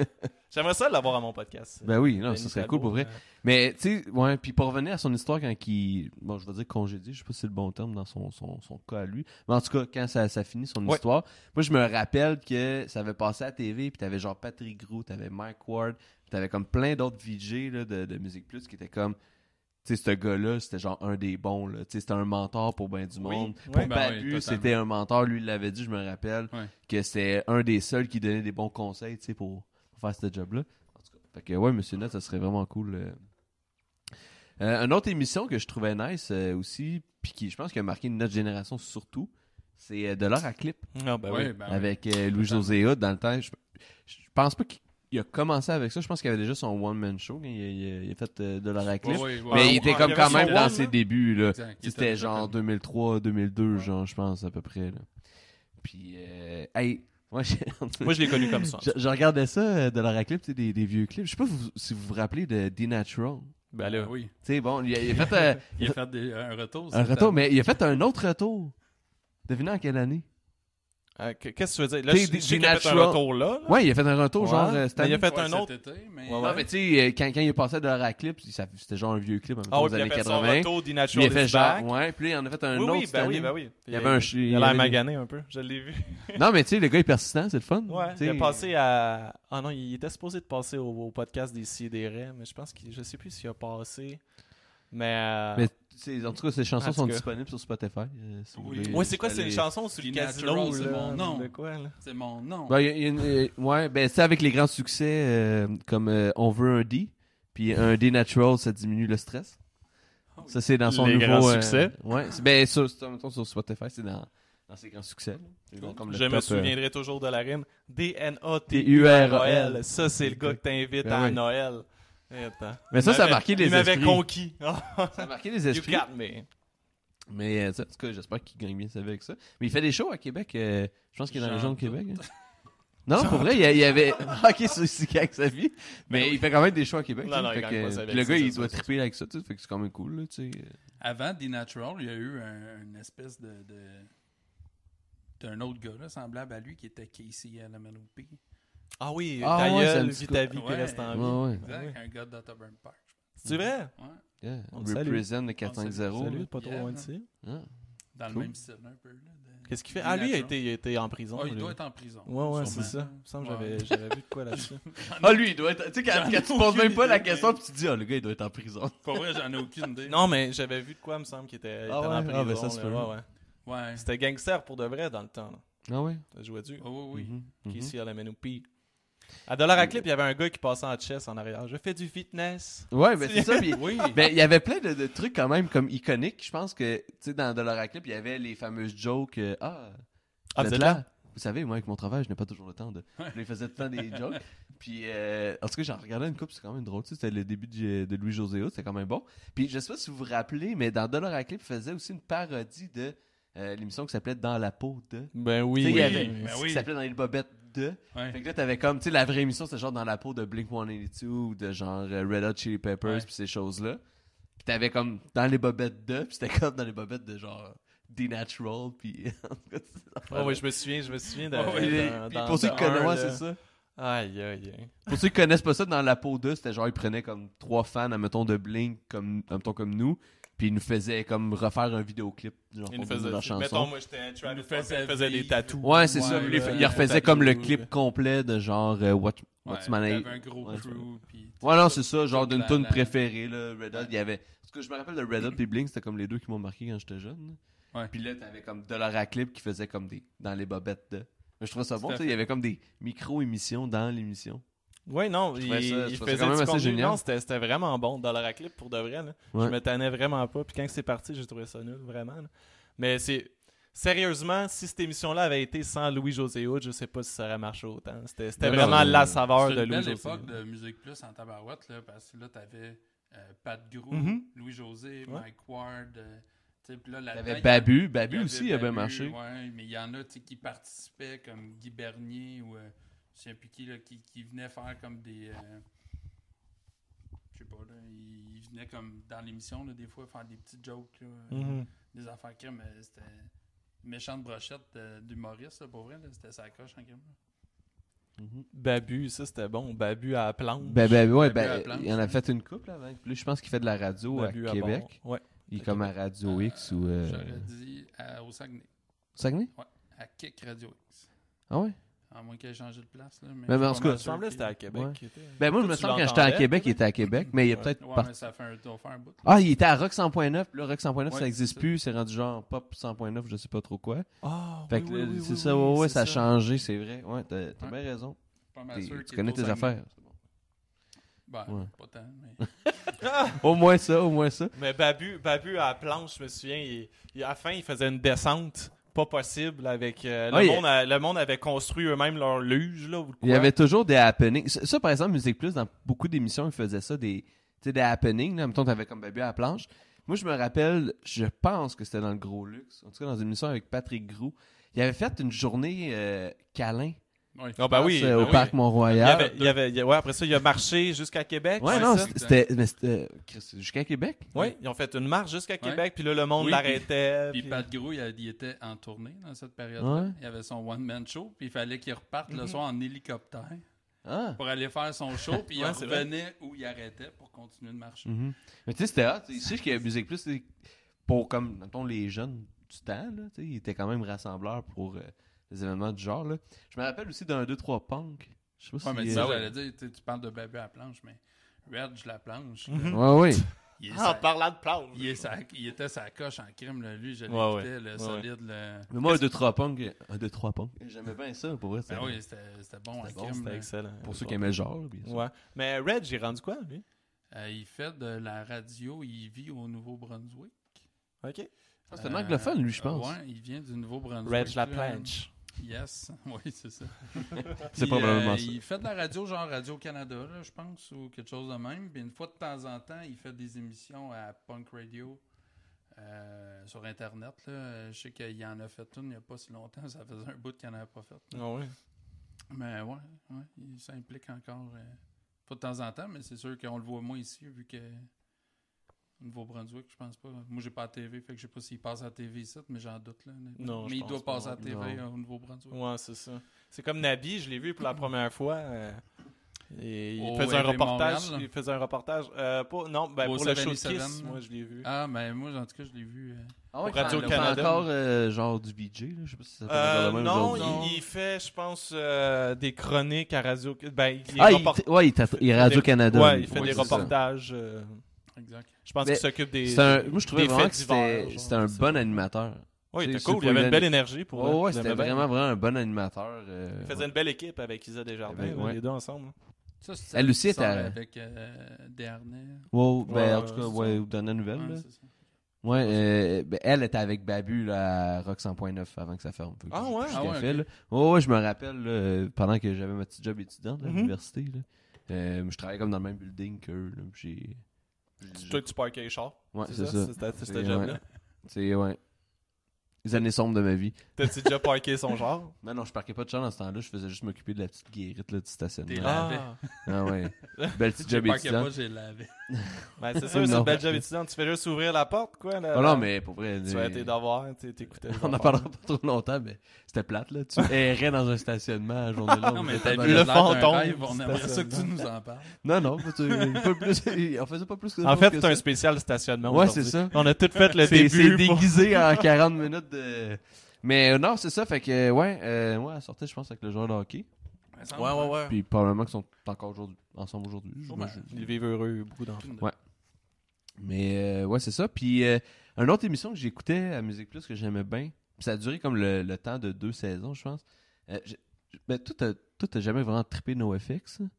*laughs* J'aimerais ça l'avoir à mon podcast. Ben oui, non, Denis ça serait Talbot, cool pour vrai. euh, Mais tu sais, ouais, puis pour revenir à son histoire quand il bon, je vais dire congédie, je sais pas si c'est le bon terme dans son, son, son cas à lui, mais en tout cas, quand ça, ça finit son Ouais. histoire, moi je me rappelle que ça avait passé à la TV, puis t'avais genre Patrick Gros, t'avais Mike Ward, puis t'avais comme plein d'autres VJ là, de, de Musique Plus qui étaient comme tu sais, ce gars-là, c'était genre un des bons, là. Tu sais, c'était un mentor pour ben du Oui. monde. Ouais. Pour Ben Babu, oui, totalement. c'était un mentor, lui, il l'avait dit, je me rappelle, Ouais. que c'était un des seuls qui donnait des bons conseils, tu sais, pour, pour faire ce job-là. En tout cas, fait que, ouais, Monsieur Net, ça serait vraiment cool. euh. Euh, une autre émission que je trouvais nice euh, aussi, puis qui, je pense, qui a marqué notre génération surtout, c'est euh, De l'heure à clip, Ah, ben oui. Ouais, ben oui. avec euh, Louis-José Hood dans le temps. Je, je pense pas qu'il il a commené avec ça. Je pense qu'il avait déjà son one-man show quand il, a- il a- il a fait euh, De l'heure à clip. Ouais, ouais, Ah, ouais. Mais Ouais, il ouais, était ouais, comme il quand avait même son dans one, ses là. débuts, là. Exact, il était C'était déjà genre comme- 2003, 2002, genre, je pense, à peu près, là. Puis, euh, hey, moi, j'ai- *laughs* Moi, je l'ai connu comme ça. je, je regardais ça euh, de leur clip, tu sais, des, des vieux clips. Je sais pas vous- si vous vous rappelez de D Natural. Ben là. Oui, Tu sais, bon, il a, il a fait euh, il a fait des- un retour. un c'est retour, un- mais il a fait un autre retour. Devinez en quelle année? Euh, que- Qu'est-ce que tu veux dire? Là, T'es je je des- sais des qu'il a fait un natural. retour là. là. Ouais, il a fait un retour, Ouais. genre, euh, cette Mais Ben, il a année. fait un Ouais, cet autre. été, mais- Ouais, ouais. Non, mais tu sais, euh, quand, quand il est passé de leur clip, ça- c'était genre un vieux clip, en même Ah temps, oui, puis des il a années fait son 80. retour Il a d'Inatural fait is genre, Back. ouais, puis là, il en a fait un Oui, autre oui, cette ben oui, année. ben oui. Il y avait un ch- Il a l'air magané un peu. Je l'ai *laughs* vu. Non, mais tu sais, le gars est persistant, c'est le fun. Ouais, Tu il sais, est passé à. Ah non, il était supposé de passer au, au podcast des Sidérés, mais je pense qu'il. Je sais plus s'il a passé. Mais. euh, Mais c'est- en tout cas, ces En chansons tout sont cas. disponibles sur Spotify. euh, si vous Oui. voulez. Ouais, c'est quoi, c'est Allez- une chanson sur le The Natural, casino c'est là, mon nom. De quoi, là? C'est mon nom. Ben, il y a- il y a une- euh, ouais, ben, c'est avec les grands succès euh, comme euh, On veut un D, puis un D natural, ça diminue le stress. Ah oui. Ça, c'est dans son Les nouveau. grands euh, succès. ouais, c'est- ben, sur, sur- mettons, sur Spotify, c'est dans, dans ses grands succès. là. C'est genre comme le Je top, me euh, souviendrai toujours de la rime T-U-R-O-L. D-N-A-T-U-R-O-L. Ça, c'est le gars que t'invites Ben à oui. Noël. Et attends. euh, Mais ça, Il ça a m'avait- marqué les Il m'avait esprits. conquis. Oh, Ça a marqué *laughs* les you esprits. got me. Mais euh, ça, en tout cas, j'espère qu'il gagne bien sa vie avec ça. Mais il fait des shows à Québec. euh, je pense qu'il est dans la région de J'en Québec. hein. Non, pour vrai, il y a- il y avait. *laughs* Ah, ok, c'est aussi gag sa vie. Mais il fait quand même des shows à Québec. Non, tu sais, non, il fait gagne que- pas sa vie puis le avec gars, ça, il ça, doit ça, triper avec ça. tu sais, Fait que c'est quand même cool. Là, tu sais. Avant The Natural, il y a eu un- une espèce de... de- d'un autre gars, là, semblable à lui, qui était Casey LMNOP. Ah oui, Ah ta ouais, ça gueule, me dit vis quoi. ta vie, puis Ouais. reste en vie. Ouais, ouais. Exact, ouais. un gars de Dotterburn Park. C'est vrai? Ouais, Yeah. On le Represent Salut, le 450. là. pas trop Yeah. loin d'ici. Hein? dans Cool. le même style un peu. Là, de- Qu'est-ce qu'il fait? The Ah, lui, il a Natural. été, il a été en prison. Ah, il lui. doit être en prison. Ouais, ouais, c'est sûrement. ça. Il me semble que Ouais. j'avais- j'avais vu de quoi *laughs* là-dessus. *laughs* Ah, lui, il doit être. Tu sais, quand, J'en ai quand tu poses aucune même pas la idée. question, puis tu te dis, ah, le gars, il doit être en prison. Pour vrai, j'en ai aucune idée. Non, mais j'avais vu de quoi, il me semble, qu'il était, il était Ah ouais? en prison. Ah, ben ça, c'est là, pas ouais, ouais. Ouais. C'était gangster pour de vrai dans le temps. là. Ah, ouais. Ça jouait dur. Oh, oui, oui. Mhm, mhm. Qui ici à la P. À Dollar à Clip, il y avait un gars qui passait en chess en arrière. Je fais du fitness. Ouais, ben c'est ça. *laughs* *laughs* puis- Oui. Ben, il y avait plein de, de trucs quand même comme iconiques. Je pense que, tu sais, dans Dollar Clip, il y avait les fameuses jokes. euh, ah, Ah, vous vous êtes êtes là? Vous savez, moi, avec mon travail, je n'ai pas toujours le temps de. Je les faisais tout le temps des jokes. *laughs* Puis, euh, en tout cas, j'en regardais une coupe, c'est quand même drôle. Tu sais, C'était le début de, de Louis-José Hood, c'était quand même bon. Puis, je sais pas si vous vous rappelez, mais dans Dollar à Clip, il faisait aussi une parodie de euh, l'émission qui s'appelait Dans la peau de. Ben Tu oui. sais, il y oui, avait. ben qui oui. s'appelait Dans les bobettes de. Ouais. Fait que là, t'avais comme, tu sais, la vraie émission, c'était genre dans la peau de Blink 182 ou de genre euh, Red Hot Chili Peppers Ouais. puis ces choses-là. Puis t'avais comme dans les bobettes de, puis c'était comme dans les bobettes de genre The Natural, puis en tout cas, c'est ça. Oh, oui, je me souviens, je me souviens de. Ouais, Puis- euh, dans- Oh, puis dans- pour ceux qui dans un, connaissent, ouais, là. c'est ça. Aïe, aïe, aïe. Pour ceux qui connaissent pas ça, dans la peau 2, c'était genre, ils prenaient comme trois fans, admettons, de Blink, comme, admettons, comme nous, Puis il nous faisait comme refaire un vidéoclip. Genre, Il nous pour donner faisait. leur chanson. Mettons, moi, j'étais Travis nous Scott, faisait il faisait des vivre. tatous. Ouais, c'est Ouais, ça. ouais, Lui, il fait- ouais. il refaisait comme le Tatou, clip ouais. complet de genre euh, What, Ouais, What's My Name. t'avais un gros Ouais, crew, puis- Ouais, non, c'est ça, genre d'une La- tune la- préférée, là, Red Hot, il y avait... Parce que je me rappelle de Red Hot et Blink, c'était comme les deux qui m'ont marqué quand j'étais jeune. Ouais. Puis là, t'avais comme Dollar Clip qui faisait comme des... dans les bobettes de... Mais je trouvais ça Tout bon, à tu sais, il y avait comme des micro-émissions dans l'émission. Ouais, non, il, trouvais ça- je il trouvais faisait ça quand même du assez contenu. génial. Non, c'était c'était vraiment bon dans leur clip pour de vrai. Là. Ouais. Je me tannais vraiment pas. Puis quand c'est parti, j'ai trouvé ça nul, vraiment. là. Mais c'est. Sérieusement, si cette émission-là avait été sans Louis-José Hood, je sais pas si ça aurait marché autant. C'était c'était Non, vraiment non, la non. saveur C'est de une belle Louis-José époque Hood. de Musique Plus en tabarouette, là, parce que là, t'avais euh, Pat Grou, Mhm. Louis-José, Ouais. Mike Ward. euh, tu sais, puis là, là-dedans, T'avais il- Babu, il y Babu avait aussi, il a bien Babu, marché. ouais, mais il y en a tu sais, qui participaient, comme Guy Bernier ou euh, je sais plus qui, là, qui, qui venait faire comme des. euh, je sais pas, là, il, il venait comme dans l'émission, là, des fois, faire des petites jokes, là, euh, Mhm. des affaires crème. mais C'était une méchante brochette euh, d'humoriste, là, pour vrai. là, C'était sa coche en crème. Babu, ça c'était bon. Babu à la planche. Mhm. Ben, ben, ouais, Babu à la ben, planche. il en a fait une couple avant. Puis là, je pense qu'il fait de la radio Babu à à Québec. bord. Ouais. Il est À comme à Radio X ou... euh, Ah, J'aurais dit à- au Saguenay, Saguenay? à Kick Radio X. Ah ouais? À moins qu'elle ait changé de place. Là, mais Mais- mais en je tout suis pas cas, mal Il sûr semblait que qu'il- c'était à Québec. Ouais. qu'il était. Ben moi, je Toi, me tu semble que quand j'étais à l'entendais, Québec, il peut-être? était à Québec, mais il est Ouais. peut-être Ouais, parti- mais ça fait un, doit faire un bout. là. Ah, il était à Rock 100.9. Là, Rock 100.9, ça Ouais, n'existe c'est ça. plus. C'est rendu genre Pop 100.9, je sais pas trop quoi. Ah, Fait oui, que oui, là, oui, c'est oui, ça, oui, ouais, ouais, c'est ça a changé, c'est vrai. Ouais, t'as t'as Ouais. bien raison. Pas mal T'es- sûr Tu qu'il connais est au tes Saguenay. affaires. Ben, Ouais. pas tant, *laughs* mais. Au moins ça, au moins ça. Mais Babu, Babu à la planche, je me souviens, il, il- à la fin, il faisait une descente pas possible avec euh, le, Ouais, monde a- le monde avait construit eux-mêmes leur luge là ou de Il y quoi. avait toujours des happenings. Ça, ça, par exemple, Musique Plus, dans beaucoup d'émissions, ils faisaient ça, des, tu sais, des happenings. Là. Mettons, t'avais comme bébé à la planche. Moi, je me rappelle, je pense que c'était dans le Gros Luxe. En tout cas, dans une émission avec Patrick Groux. Il avait fait une journée euh, câlin Ouais. Ah, bah oui, euh, bah au oui. Parc Il y Mont-Royal. avait, il y avait- il y a- ouais, après ça, il a marché jusqu'à Québec. Ouais, c'est non, ça? c'est- c'était mais c'était- euh, Chris, jusqu'à Québec. Ouais, ils ont fait une marche jusqu'à Québec, puis là, le monde Oui, l'arrêtait. Puis puis- Pat Gros, il, a- il était en tournée dans cette période-là. Ouais. Il avait son one-man show, puis il fallait qu'il reparte le Mhm. soir en hélicoptère Ah. pour aller faire son *laughs* show, puis il Ouais, c'est vrai. revenait où il arrêtait pour continuer de marcher. Mhm. Mais tu sais, c'était hot. Tu sais que Musique Plus, c'est pour comme, mettons, les jeunes du temps, là, tu sais, ils étaient quand même rassembleurs pour euh, les événements du genre. Là. Je me rappelle aussi d'un 2-3 punk. Je sais pas Ouais, mais si. ça, euh, j'allais dire, tu sais, tu parles de bébé à la planche, mais Reg la planche, là, Mhm. Ouais, ouais. il, est Ah, en sa- parlant de planche. il est sa- il était sa coche en crime, là. lui, je l'écoutais, Ouais, le ouais. solide, le... Mais moi, un 2-3 punk. Un 2-3 punk. J'aimais bien ça, pour vrai. Ben c'était- oui, c'était c'était bon en C'était bon, crime, C'était là. excellent. Pour ceux qui aimaient le genre, là, bien sûr. Ouais. Mais Red, j'ai rendu quoi, lui? Euh, il fait de la radio, il vit au Nouveau-Brunswick. OK. Ah, c'est un anglophone, lui, je pense. Oui, il vient du Nouveau-Brunswick. Reg La là. Planche. Yes, *laughs* oui, c'est ça. C'est Puis, probablement euh, ça. Il fait de la radio, genre Radio-Canada, là, je pense, ou quelque chose de même. Puis une fois de temps en temps, il fait des émissions à Punk Radio euh, sur Internet. Là. Je sais qu'il en a fait une il n'y a pas si longtemps. *laughs* Ça faisait un bout qu'il n'en avait pas fait. Ah ouais. Mais Ben ouais, ouais, il s'implique encore. euh, pas de temps en temps, mais c'est sûr qu'on le voit moins ici, vu que. Au Nouveau-Brunswick, je pense pas. Moi, j'ai pas la TV, fait que je sais pas s'il passe à la TV ici, mais j'en doute. Là, honnêtement. Non, mais je il doit pense pas, passer à la non. TV au Nouveau-Brunswick. Ouais, c'est ça. C'est comme Nabi, je l'ai vu pour la première fois. euh, et il, Mm. Au faisait un RV reportage, Montréal, là. il faisait un reportage. euh, pas- non, ben, Au pour le show 7 de Kiss, là. moi, je l'ai vu. Ah, mais moi, en tout cas, je l'ai vu. euh, Ah ouais, il fait- Radio-Canada. il fait encore euh, genre du VJ, là. Je sais pas si ça fait Euh, genre le même non, aujourd'hui. aujourd'hui. il, il fait, je pense, euh, des chroniques à Radio. Ben, il, Ah, est il, report- ouais, il, t'a- il est Radio-Canada. Ouais, il fait Ouais, des c'est ça. reportages. euh, Exact. je pense Mais qu'il s'occupe des. C'est un- moi, je trouvais des vraiment faits que divers, c'était genre, c'était un c'est bon animateur. Oui, il c'est- était c'est cool. pas Il avait une- une belle énergie pour. Ouais, euh, ouais, il c'était aimait bien. vraiment, vraiment un bon animateur. euh, Il faisait une belle équipe avec Isa Desjardins, Ouais. là, les deux ensemble. Ça, c'est Elle celle aussi qui est sort à- Avec euh, Desharnais. Wow, Ouais, ben, en ouais, tout cas, c'est ouais, ou dernière nouvelle. Ouais, là. c'est ça. Ouais, euh, ben, elle était avec Babu là, à Rock 100.9 avant que ça ferme. Fait que Ah je- ouais? je Ah l'ai ouais, fait, ok. là. Ouais, ouais, je me rappelle là, euh, pendant que j'avais ma petite job étudiante là, à Mhm. l'université. là, euh, je travaillais comme dans le même building qu'eux. là, puis J'ai. j'ai- Toi, tu parquais les chars. Ouais, c'est ça. C'était c'était C'est- ce job-là. ouais. C'est, ouais. Les années sombres de ma vie. T'as-tu déjà parqué son genre Non, non, je parquais pas de char dans ce temps-là. Je faisais juste m'occuper de la petite guérite là, du stationnement. T'es là. Ah. l'avais. *laughs* Ah ouais. Belle petite J'ai job pas qu'il y étudiante. a pas, j'ai lavé. Ben, *laughs* c'est sûr, c'est Non. une belle job étudiante. Tu fais juste ouvrir la porte, quoi. Là, Oh non, là. mais pour vrai. Tu euh, as tes devoirs, tu t'écoutais. les *laughs* on n'en affaires. parlera pas trop longtemps, mais c'était plate, *laughs* là. Tu errais dans un stationnement à journée longue. Non, mais t'as Le vu le fantôme, fantôme. Rêve, on c'est aimerait pas ça ça, que tu nous en parles. Non, non, pas- tu- pas plus- on faisait pas plus que En fait, c'est c'est un spécial stationnement. Ouais, aujourd'hui. c'est ça. On a tout fait le *laughs* C'est c'est début. pour- déguisé *laughs* en 40 minutes de. Mais euh, non, c'est ça, fait que, euh, ouais, euh, ouais, elle sortait, je pense, avec le joueur de hockey. ouais. Puis probablement qu'ils sont encore aujourd'hui- ensemble aujourd'hui. j'imagine. Ils vivent heureux, beaucoup d'enfants. Mais euh, ouais, c'est ça. Puis euh, une autre émission que j'écoutais à Musique Plus que j'aimais bien, puis ça a duré comme le, le temps de deux saisons, je pense. Euh, j'ai- ben, toi, t'as- toi, t'as jamais vraiment trippé NoFX. hein?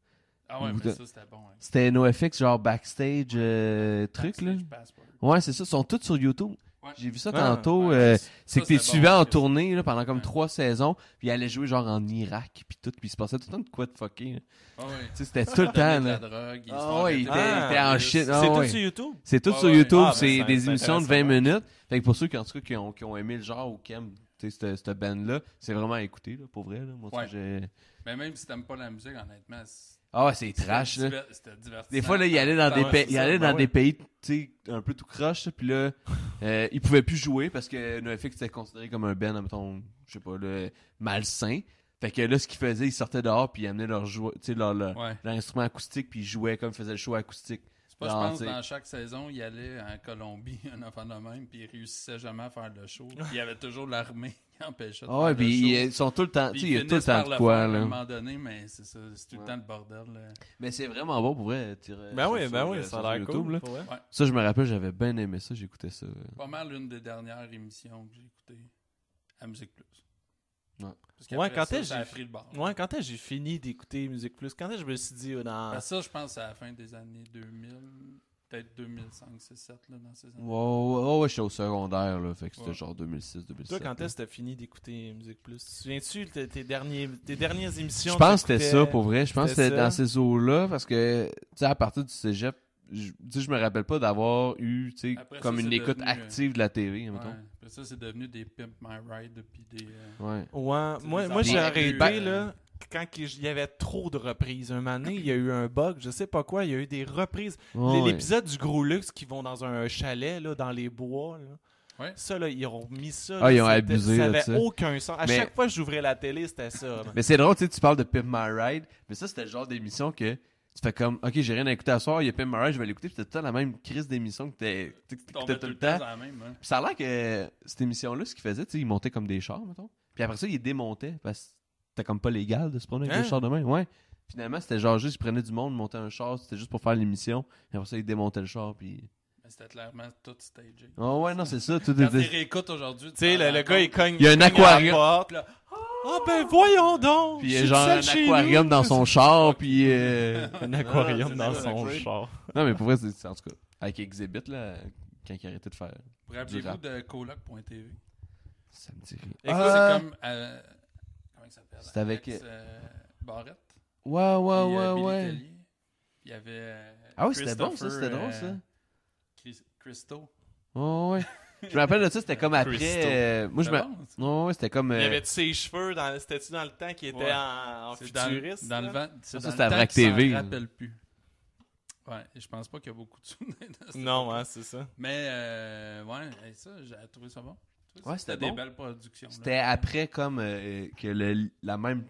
Ah ouais, Vous mais de- ça, c'était bon. hein. C'était NoFX, genre backstage euh, truc, là. Backstage Passport. Ouais, c'est ça. Ils sont tous sur YouTube. Ouais. J'ai vu ça Ah, tantôt. ouais, euh, ça, c'est que t'es c'est suivant bon, en ça. tournée là, pendant comme Ouais. trois saisons. Puis ils allaient jouer genre en Irak. Puis tout. Puis il se passait tout le temps de quoi de fucké. là. Tu Ah ouais. sais, c'était *laughs* tout le Ils donnaient temps. de la là. drogue. ils se Ah font ouais, il arrêter était- il par était en police. shit, hein. Ah C'est tout ouais. sur YouTube. C'est tout Ouais, sur ouais. YouTube. Ah, ben, c'est c'est- des c'est émissions de 20 intéressant. minutes. Fait que pour ceux qui, en tout cas, qui, ont, qui ont aimé le genre ou qui aiment tu sais, cette, cette band-là, c'est vraiment à écouter, là, pour vrai. Là. Moi, tu sais, j'ai- Mais même si t'aimes pas la musique, honnêtement, c'est- Ah ouais, c'est trash. Là. c'était diver- C'était divertissant. Des fois, là, il allait dans des, ouais, pays, c'est il ça. allait Ben dans des ouais. pays tu sais, un peu tout croche, là, puis là, euh, il pouvait plus jouer parce que NoFX était considéré comme un band, mettons, je sais pas, là, malsain. Fait que là, ce qu'ils faisaient, ils sortaient dehors, puis ils amenaient leur, jou- tu sais, leur, leur, Ouais. leur instrument acoustique, puis ils jouaient comme ils faisaient le show acoustique. C'est pas, je Non, pense, t'sais. dans chaque saison, il allait en Colombie, *laughs* un enfant de même, puis il réussissait jamais à faire le *laughs* show. Puis il y avait toujours l'armée *laughs* qui empêchait de Ah ouais, faire le puis ils show. euh, sont tout le temps, tu Puis sais, il y a ils tout le finissent par temps de quoi, faire à un là. moment donné, mais c'est ça, c'est tout le temps le bordel. là. Mais c'est vraiment bon pour vrai. tirer Ben sur- oui, sur, ben euh, oui, ça sur a l'air YouTube, cool. là. pour vrai. Ça, je me rappelle, j'avais bien aimé ça, j'écoutais ça. Pas mal l'une des dernières émissions que j'ai écoutées à Musique Plus. Ouais. Parce qu'après Ouais, quand ça, est-ce ça j'ai- a pris le bord. Ouais, quand est-ce que j'ai fini d'écouter Musique Plus? Quand est-ce que je me suis dit, oh, Ah. dans... Ben, ça, je pense, c'est à la fin des années 2000, peut-être 2005, 2006, 2007, là, dans ces années. Ouais, ouais, ouais, ouais, j'étais au secondaire, là, fait que c'était Ouais. genre 2006, toi, 2007. quand là. est-ce que t'as fini d'écouter Musique Plus? Tu te souviens-tu de tes, derniers, tes dernières Je émissions? pense que c'était t'écoutais? ça pour vrai. Je pense que C'était c'était ça. dans ces eaux-là parce que, tu sais, à partir du cégep, je tu sais, je me rappelle pas d'avoir eu, tu sais, Après ça, comme une c'est écoute devenu, euh, active de la TV, Ouais. mettons. Après ça, c'est devenu des Pimp My Ride, puis des... euh, Ouais. Ouais, C'est moi, des moi j'ai affaires arrêté plus, euh, là, quand qu'il- il y avait trop de reprises. Un moment donné, il y a eu un bug, je sais pas quoi, il y a eu des reprises. Ouais, ouais. L'épisode du gros luxe qui vont dans un chalet, là, dans les bois, là. Ouais. ça, là, ils ont mis ça. Ah, là, ils ont c'était- abusé Ça de avait ça. aucun sens. À Mais- chaque fois que j'ouvrais la télé, c'était ça. là. Mais c'est drôle, tu sais, tu parles de Pimp My Ride, mais ça, c'était le genre d'émission que tu fais comme, OK, j'ai rien à écouter à soir, il y a Pimp My Ride, je vais l'écouter, puis t'as tout le temps la même crise d'émission que t'es- tu sais, que tombait t'écoutais tout le temps. dans la même, hein. Puis ça a l'air que cette émission-là, ce qu'ils faisaient, tu sais, ils montaient comme des chars, mettons. Puis après ça, ils démontaient parce que c'était comme pas légal de se promener avec Hein? des chars de main. Ouais. Finalement, c'était genre juste, ils prenaient du monde, montaient un char, c'était juste pour faire l'émission. Et après ça, ils démontaient le char, puis. Mais c'était clairement tout stagé. Oh ouais, non, *laughs* c'est ça. Tout Quand tu était... réécoutes aujourd'hui, tu Tu sais, t'en le, rends le gars, il compte. cogne. Il y a un cogne à la aquarium. porte, là. Ah, ben voyons donc! Puis je il y a suis genre tout un seul chez aquarium *laughs* nous. dans *laughs* son char, puis. euh, Un Non, aquarium c'est dans ça, son c'est- char. Non, mais pour vrai, c'est c'est- en tout cas. Avec Exhibit, là, quand il arrêtait de faire. Vous Rappelez-vous rap. de coloc.tv. Ça me dit rien. Écoute, Ah! C'est comme. euh, comment il s'appelle C'est avec- Alex, euh, Barrette. Ouais, puis, ouais, ouais, euh, Billy ouais. Tellier. Il y avait. euh, Ah ouais, c'était bon, ça, Christopher, c'était drôle, ça. euh, Chris- Christo. Ouais, ouais. Je me rappelle de ça, c'était comme Christo. après. euh, moi, je me. C'était bon, ça. Non, ouais, c'était comme. Il euh, y avait ses cheveux, dans... c'était-tu dans le temps qu'il était Ouais. en, en C'est dans- futuriste? Dans, là? le vent. Ça, C'est dans le c'était à temps Vrac qu'ils s'en TV, là. rappellent plus. Ouais, et je pense pas qu'il y a beaucoup de souvenirs de ça. Non, hein, c'est ça. Mais, euh, ouais, hey, ça, j'ai trouvé ça bon. Ouais, c'était des bon. belles productions. là. C'était après comme euh, que le- la même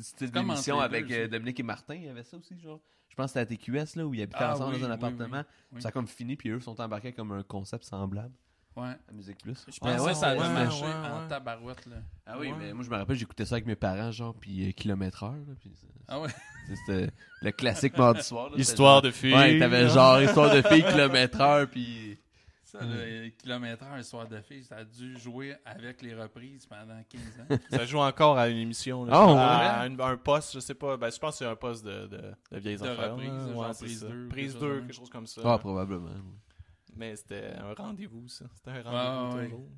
style comme d'émission entre les avec deux, euh, ça. Dominique et Martin, il y avait ça aussi, genre. Je pense que c'était à TQS là, où ils habitaient Ah ensemble oui, dans un oui, appartement. oui, oui. Ça a comme fini, puis eux sont embarqués comme un concept semblable Ouais. à Musique Plus. Je Ouais, pense ouais, que ça c'était- avait ouais, marché ouais, en ouais. tabarouette, là. Ah oui, Ouais. mais moi je me rappelle, j'écoutais ça avec mes parents, genre, puis euh, kilomètre heure. là, puis ça- *laughs* Ah ouais. C'était le classique mardi soir. là, c'était Histoire genre- de filles. Ouais, t'avais genre histoire de filles, kilomètre heure, puis. Ça, le kilomètre Mm. un soir de filles, ça a dû jouer avec les reprises pendant 15 *laughs* ans. Ça joue encore à une émission. Là, Ah, Je- ouais. à un, un poste, je sais pas. Ben, je pense que c'est un poste de, de, de vieilles De affaires. reprise, là. genre Ouais, c'est prise ça. deux, Prise quelque chose 2, de quelque, même. chose comme ça. Ah, probablement. Mais c'était un rendez-vous, ça. C'était un Ouais, rendez-vous ouais, toujours.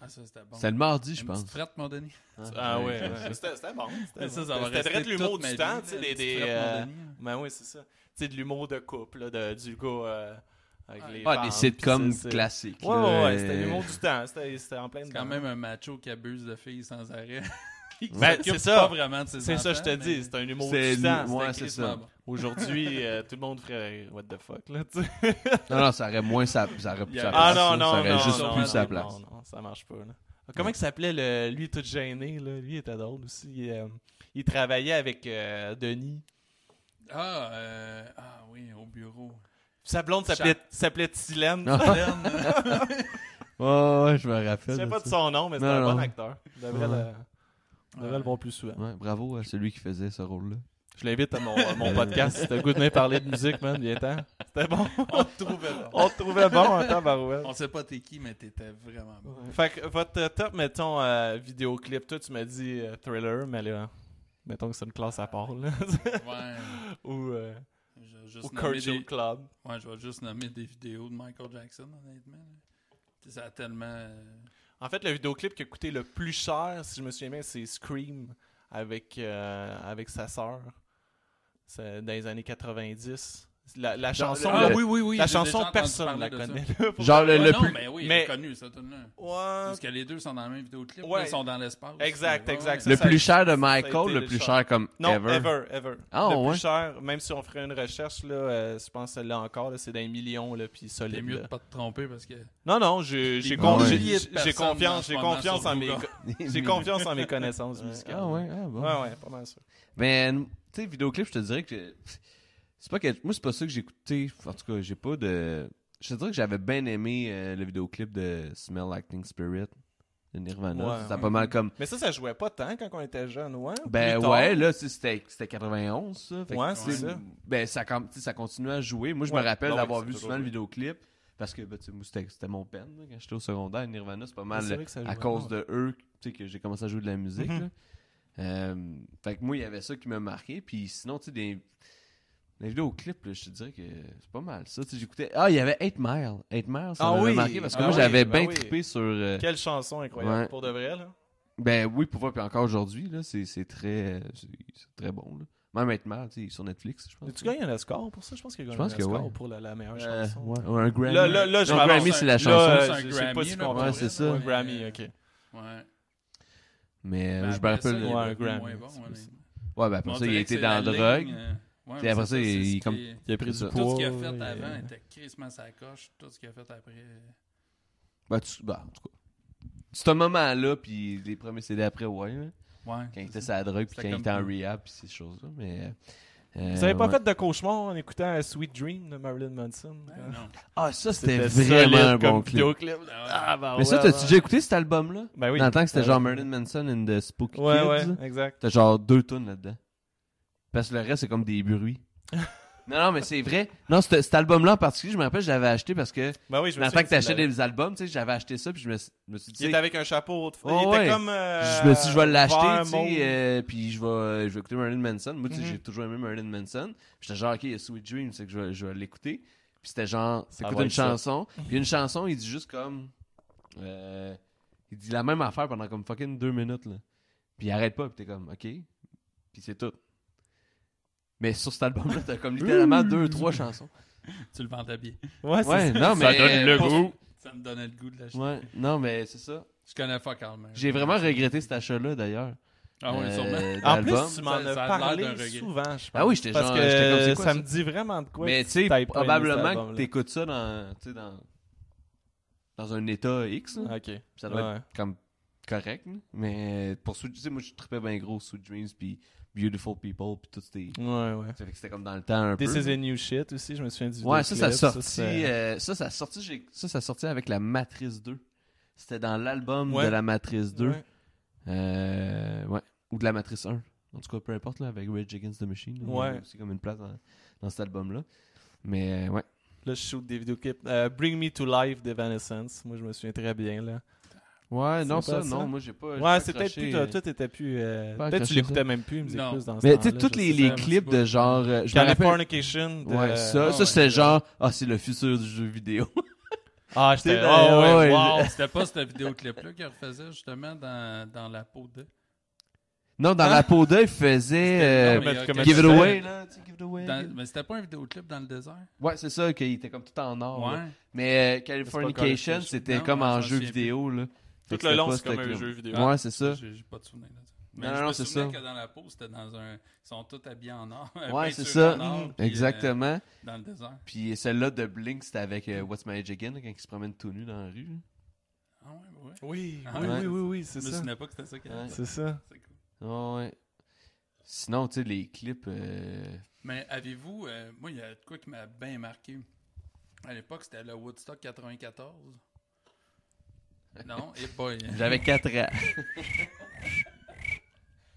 Ah, ça, c'était bon. C'était le mardi, je Une pense. petite frette, mon Denis. Ah ouais, ouais. ouais. C'était c'était bon. Ça, C'était ça bon. va C'était rester très de l'humour toute ma du vie, temps, là, tu sais, une des... petite des frette, mon euh, Denis, hein. ben oui, c'est ça. Tu sais, de l'humour de couple, là, de, du gars euh, avec Ah, les Ah, femmes, des puis sitcoms c'est- c'est- classiques. Ouais, là, ouais, ouais, euh, c'était l'humour du temps. C'était c'était en plein C'est quand dedans. même un macho *laughs* qui abuse de filles sans arrêt. Il Ben, s'occupe c'est ça. Pas hein. vraiment de ses C'est ça, je enfants, te mais- dis. C'est un humour C'est distant. lui- c'était ouais, c'est Chris ça. Marble. Aujourd'hui, euh, tout le monde ferait What the fuck, là, tu sais. Non, non, ça aurait moins sa, ça aurait plus sa Ah place. non, là. non, ça non. aurait juste non, plus non, sa non, place. Non, non, ça marche pas, là. Ah, Comment il s'appelait, le... lui, tout gêné, là? Lui, il était drôle aussi. Il, euh, il travaillait avec euh, Denis. Ah, euh, ah oui, au bureau. Sa blonde s'appelait s'appelait Tylène. Non. Hélène, *laughs* Ouais, ouais, je me rappelle. *laughs* Je sais de pas de ça. son nom, mais c'est Non, un non. bon acteur. Je devrais, Ouais. le... devrais le voir plus souvent. Ouais, bravo à celui qui faisait ce rôle-là. Je l'invite à mon, à *laughs* mon podcast. Si t'as le goût de venir parler de musique, man, viens temps. C'était bon. on te trouvait là. *laughs* On te trouvait bon hein, en temps, Barouel. On sait pas t'es qui, mais t'étais vraiment bon. Fait que votre euh, top, mettons, euh, vidéoclip, toi, tu m'as dit euh, thriller, mais là, mettons que c'est une classe à part, là. *laughs* Ouais. ou euh, Je vais ou juste, nommer Culture des... Club. ouais, je vais juste nommer des vidéos de Michael Jackson, honnêtement. là. Tu sais, Ça a tellement. euh, En fait, le vidéoclip qui a coûté le plus cher, si je me souviens bien, c'est Scream avec, euh, avec sa sœur. C'est dans les années 90. La, la chanson, Ah le- oui, oui. la j'ai chanson déjà entendu personne la parler de ça. connaît. Genre le, Ouais, le non, plus. mais oui, mais- elle est connue, ça, tout le monde. Ouais. Parce que les deux sont dans la même vidéoclip, Ouais. là, ils sont dans l'espace. Exact, Ouais, exact, ouais. Le ça, plus ça- cher de ça a Michael, été le le plus cher. cher comme Non, ever. ever, *laughs* ever. Ah, le ouais. plus cher, même si on ferait une recherche, là, euh, je pense que là encore, là, c'est d'un million, là, puis T'es solide. mieux de là. pas te tromper parce que. Non, non, j'ai j'ai Des con- milliers j'ai- de j'ai personnes en confiance, ce j'ai moment confiance sur en mes, Google. co- j'ai confiance en mes connaissances musicales. Ah *laughs* ouais, ah bon. Ouais, ouais, pas mal ça. Ben, tu sais, vidéoclip, je te dirais que. C'est pas que. Moi, c'est pas ça que j'ai écouté. En tout cas, j'ai pas de. Je te dirais que j'avais bien aimé euh, le vidéoclip de Smell Like Teen Spirit de Nirvana. Ouais, ça a ouais. pas mal comme. Mais ça, ça jouait pas tant quand on était jeune, ouais. Ben Plus tard. ouais, là, c'est- c'était c'était 91, ça. Fait que, Ouais, c'est tu sais, ça. Ben, ça, com- tu sais, ça continue à jouer. Moi, je Ouais. me rappelle Ben ouais, d'avoir c'est vu toujours souvent le joué. vidéoclip. Parce que, ben, tu sais, moi, c'était c'était mon pen là, quand j'étais au secondaire. Nirvana, c'est pas Mais c'est mal vrai que ça à jouait cause pas. de eux tu sais, que j'ai commencé à jouer de la musique. Mhm. là. Euh, fait que moi, il y avait ça qui m'a marqué. Puis sinon, tu sais, des. Les vidéoclips, là, je te dirais que c'est pas mal ça. Tu sais, J'écoutais. Ah, il y avait 8 Mile. 8 Mile, ça Ah m'avait oui! marqué parce que Ah moi, oui, j'avais ben bien oui. trippé sur. euh, Quelle chanson incroyable Ouais. pour de vrai, là. ben oui, pour voir, puis encore aujourd'hui, là, c'est, c'est très, euh, c'est, c'est très bon. Là. Même maintenant, tu sais, sur Netflix, je pense. As-tu gagné un score pour ça? Je pense qu'il a gagné Je pense un que score ouais. pour la, la meilleure Euh, chanson. ouais, ou un Grammy. Là, là, là, je Non, m'avance. Grammy, c'est la Là, chanson. euh, C'est un je sais pas Grammy, si là, comprends. pour Ouais, c'est ça. Euh, Un Grammy, ok. Ouais. Mais euh, je Ben, me après ça, rappelle. il Ouais, est Ouais, un devenu Grammy, moins bon, c'est ouais, plus mais- ça. ouais, ben après On ça, il dirait a que été c'est dans la ligne, drogue. euh, ouais, Puis mais après c'est ça, c'est il- ce il qui comme- est- Il a pris C'est du ça. poids. Tout ce qu'il a fait il- avant était crissement sa coche. Tout ce qu'il a fait après. euh, Ben, tu- ben, en tout cas. C'est un moment-là, puis les premiers CD après, ouais. là, Ouais. quand il c'est était ça. sur la drogue, puis C'était quand il comme était en tout. rehab, puis ces choses-là. Mais. euh, Vous avez pas ouais. fait de cauchemar en écoutant Sweet Dream de Marilyn Manson? Euh, Ouais, *laughs* Ben non. Ah, ça, c'était solide vraiment comme un bon clip. vidéoclip. Ah, bah Mais ça, ouais, t'as-tu ouais. déjà écouté cet album-là Ben oui. Dans le temps que c'était Ouais. genre Marilyn Manson and the Spooky Ouais, Kids. ouais, exact. T'as genre deux tonnes là-dedans. Parce que le reste, c'est comme des bruits. *laughs* non, non, mais c'est vrai. Non, cet cet album-là en particulier, je me rappelle, je l'avais acheté parce que Ben oui, je me dans le temps souviens que t'achetais l'avais. des albums, tu sais, j'avais acheté ça, puis je me, suis- je me suis dit, Il était avec un chapeau. haut de- Oh, il ouais. était comme. euh, je me suis dit, je vais vert, l'acheter, tu sais, mauve. euh, puis je vais, je vais écouter Marilyn Manson. Moi, tu sais, Mhm. j'ai toujours aimé Marilyn Manson. J'étais genre, ok, il y a Sweet Dream, c'est que je vais, je vais l'écouter. Puis c'était genre, Ça t'écoutes va une être ça. chanson, puis une chanson, il dit juste comme, euh, il dit la même affaire pendant comme fucking deux minutes, là. Puis il arrête pas, puis t'es comme, ok, puis c'est tout. Mais sur cet album-là, t'as comme littéralement deux, trois chansons. Tu le vendais bien. Ouais, c'est Ouais, ça. non, mais. euh, pour- Ça me donnait le goût de l'acheter. Ouais, non, mais c'est ça. Je connais pas Carl Mayer. J'ai vraiment regretté cet achat-là, d'ailleurs. Ah oui, Euh, sûrement. En d'album. plus, tu m'en Ça- as ça a l'air d'un parlé regret. souvent, je pense. Ah oui, j'étais Parce genre- que j'étais comme, c'est quoi ça ça? me dit vraiment de quoi. mais que tu t'ailles sais, pas aimer cet probablement que album-là. t'écoutes ça dans, tu sais, dans, dans un état X. là. Ok. Ça doit Ouais. être comme correct. là. Mais pour Sweet, tu sais, moi, je trippais bien gros Sweet Dreams, puis Beautiful People, puis tout c'était... Ouais, ouais. Ça fait que c'était comme dans le temps un This peu. is a new shit aussi, je me souviens du Ouais, ça, ça vidéoclip, sortit, c'est- euh, ça, ça sortit, j'ai- ça, ça sortit avec la Matrice 2. C'était dans l'album Ouais. de la Matrice 2. Ouais. Euh, ouais. Ou de la Matrice 1. En tout cas, peu importe, là, avec Rage Against the Machine. là, Il y Ouais. a aussi comme une place dans, dans cet album-là. Mais euh, ouais. Là, je shoot des vidéoclips. Euh, Bring Me to Life d'Evanescence. Moi, je me souviens très bien, là. Ouais, C'est non, pas ça, ça? non, moi, j'ai pas. j'ai Ouais, pas c'est peut-être accroché, plus. euh. Toi, toi, t'étais plus. euh, Peut-être pas que tu accroché l'écoutais même plus, musique Non. plus dans ce Mais tu sais, temps-là, tous je les, sais les pas. clips de genre. euh, je me rappelle. Californication. de- euh, Ouais, ça, Ah ça ouais. c'était genre. Ah, c'est le futur du jeu vidéo. *laughs* Ah, j'étais. C'est- Ah, ouais, ouais, wow. Oh, C'était pas cette vidéoclip-là qu'il refaisait justement dans, dans la peau Euh, de. non, Hein? dans Ah. la peau d'œil, il faisait. Non, euh, mais il y a Give quelque give it chose- away, là. tu sais, Give it away. Dans- give- mais c'était pas un vidéoclip dans le désert. Ouais, c'est ça, qu'il était comme tout en or. là. Ouais. Mais euh, Californication. Californication, c'était Non, comme ouais, en je m'en jeu souviens vidéo, là. Fait Tout que le c'était long, pas c'est comme ce un clip. jeu vidéo. Ouais, c'est ça. Ah, J'ai j'ai pas de souvenir de ça. Mais Non, je non, me c'est souvenais ça. que dans la peau, c'était dans un. Ils sont tous habillés en or. *laughs* Ouais, peinture c'est ça. en or, puis, euh, Exactement. dans le désert. Puis euh, celle-là de Blink, c'était avec euh, What's My Age Again, là, quand il se promène tout nu dans la rue. Ah ouais, ouais. Oui, Ah oui, ouais. oui, oui, oui, Je c'est me ça. souvenais pas que c'était ça qu'il y avait. Ouais. C'est ça. C'est cool. là. Ouais. Sinon, tu sais, les clips. euh, Mais avez-vous. euh, moi, il y a de quoi qui m'a bien marqué. À l'époque, c'était le Woodstock 94. Non, et *laughs* boy. J'avais 4 *laughs* ans.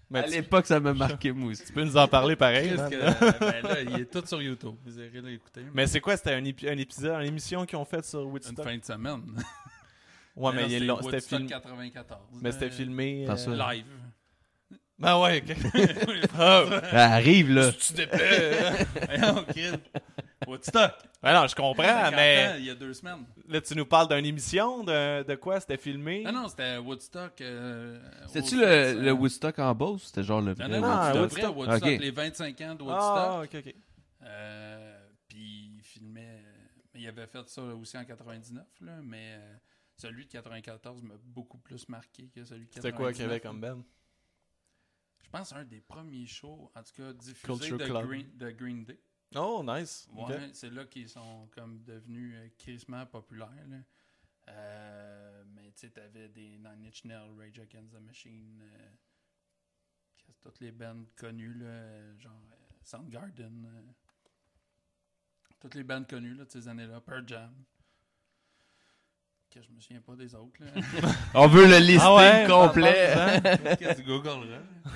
Mais à tu- l'époque, ça m'a marqué, moi aussi. tu peux nous en parler pareil. Qu'est-ce man. que. ben là, il est tout sur YouTube. Vous irez l'écouter. Mais c'est quoi? C'était un, épi- un épisode, une émission qu'ils ont faite sur Une Woodstock? fin de semaine. Ouais, mais, là, il est c'est long, c'était Woodstock filmé. 94. Mais c'était Euh, filmé. Parce que- euh, *laughs* Live. *laughs* Ben ouais, ok. *laughs* Ah, arrive, là. Tu dépêches. Voyons, kid. Woodstock. Ben non, je comprends, 50 ans, mais Il y a deux semaines. là, tu nous parles d'une émission, de, de quoi c'était filmé? Ah non, c'était Woodstock. euh, C'était-tu au- le, le euh, Woodstock en Beauce ou c'était genre le. Non, le non, Ah, non, Woodstock? c'était Woodstock. vrai, Woodstock, Ok. les 25 ans de Ah, Woodstock. ok, ok. Euh, puis il filmait. euh, Mais il avait fait ça aussi en 99, là, mais euh, celui de 94 m'a beaucoup plus marqué que celui de 99. C'était quoi à Québec comme Ben? Je pense un des premiers shows, en tout cas, diffusé Culture de Club. Green, de Green Day. Oh, nice. Ouais, Ok. c'est là qu'ils sont comme devenus euh, crissement populaires. là. Euh, mais tu sais, t'avais des Nine Inch Nails, Rage Against the Machine, euh, qu'est-ce- toutes les bandes connues, là, euh, genre euh, Soundgarden, euh, toutes les bandes connues là, de ces années-là, Pearl Jam. Que je me souviens pas des autres. Là. On veut le listing Ah ouais, complet. ben, hein? *laughs* ben, ben. Qu'est-ce que tu googleras, là? hein.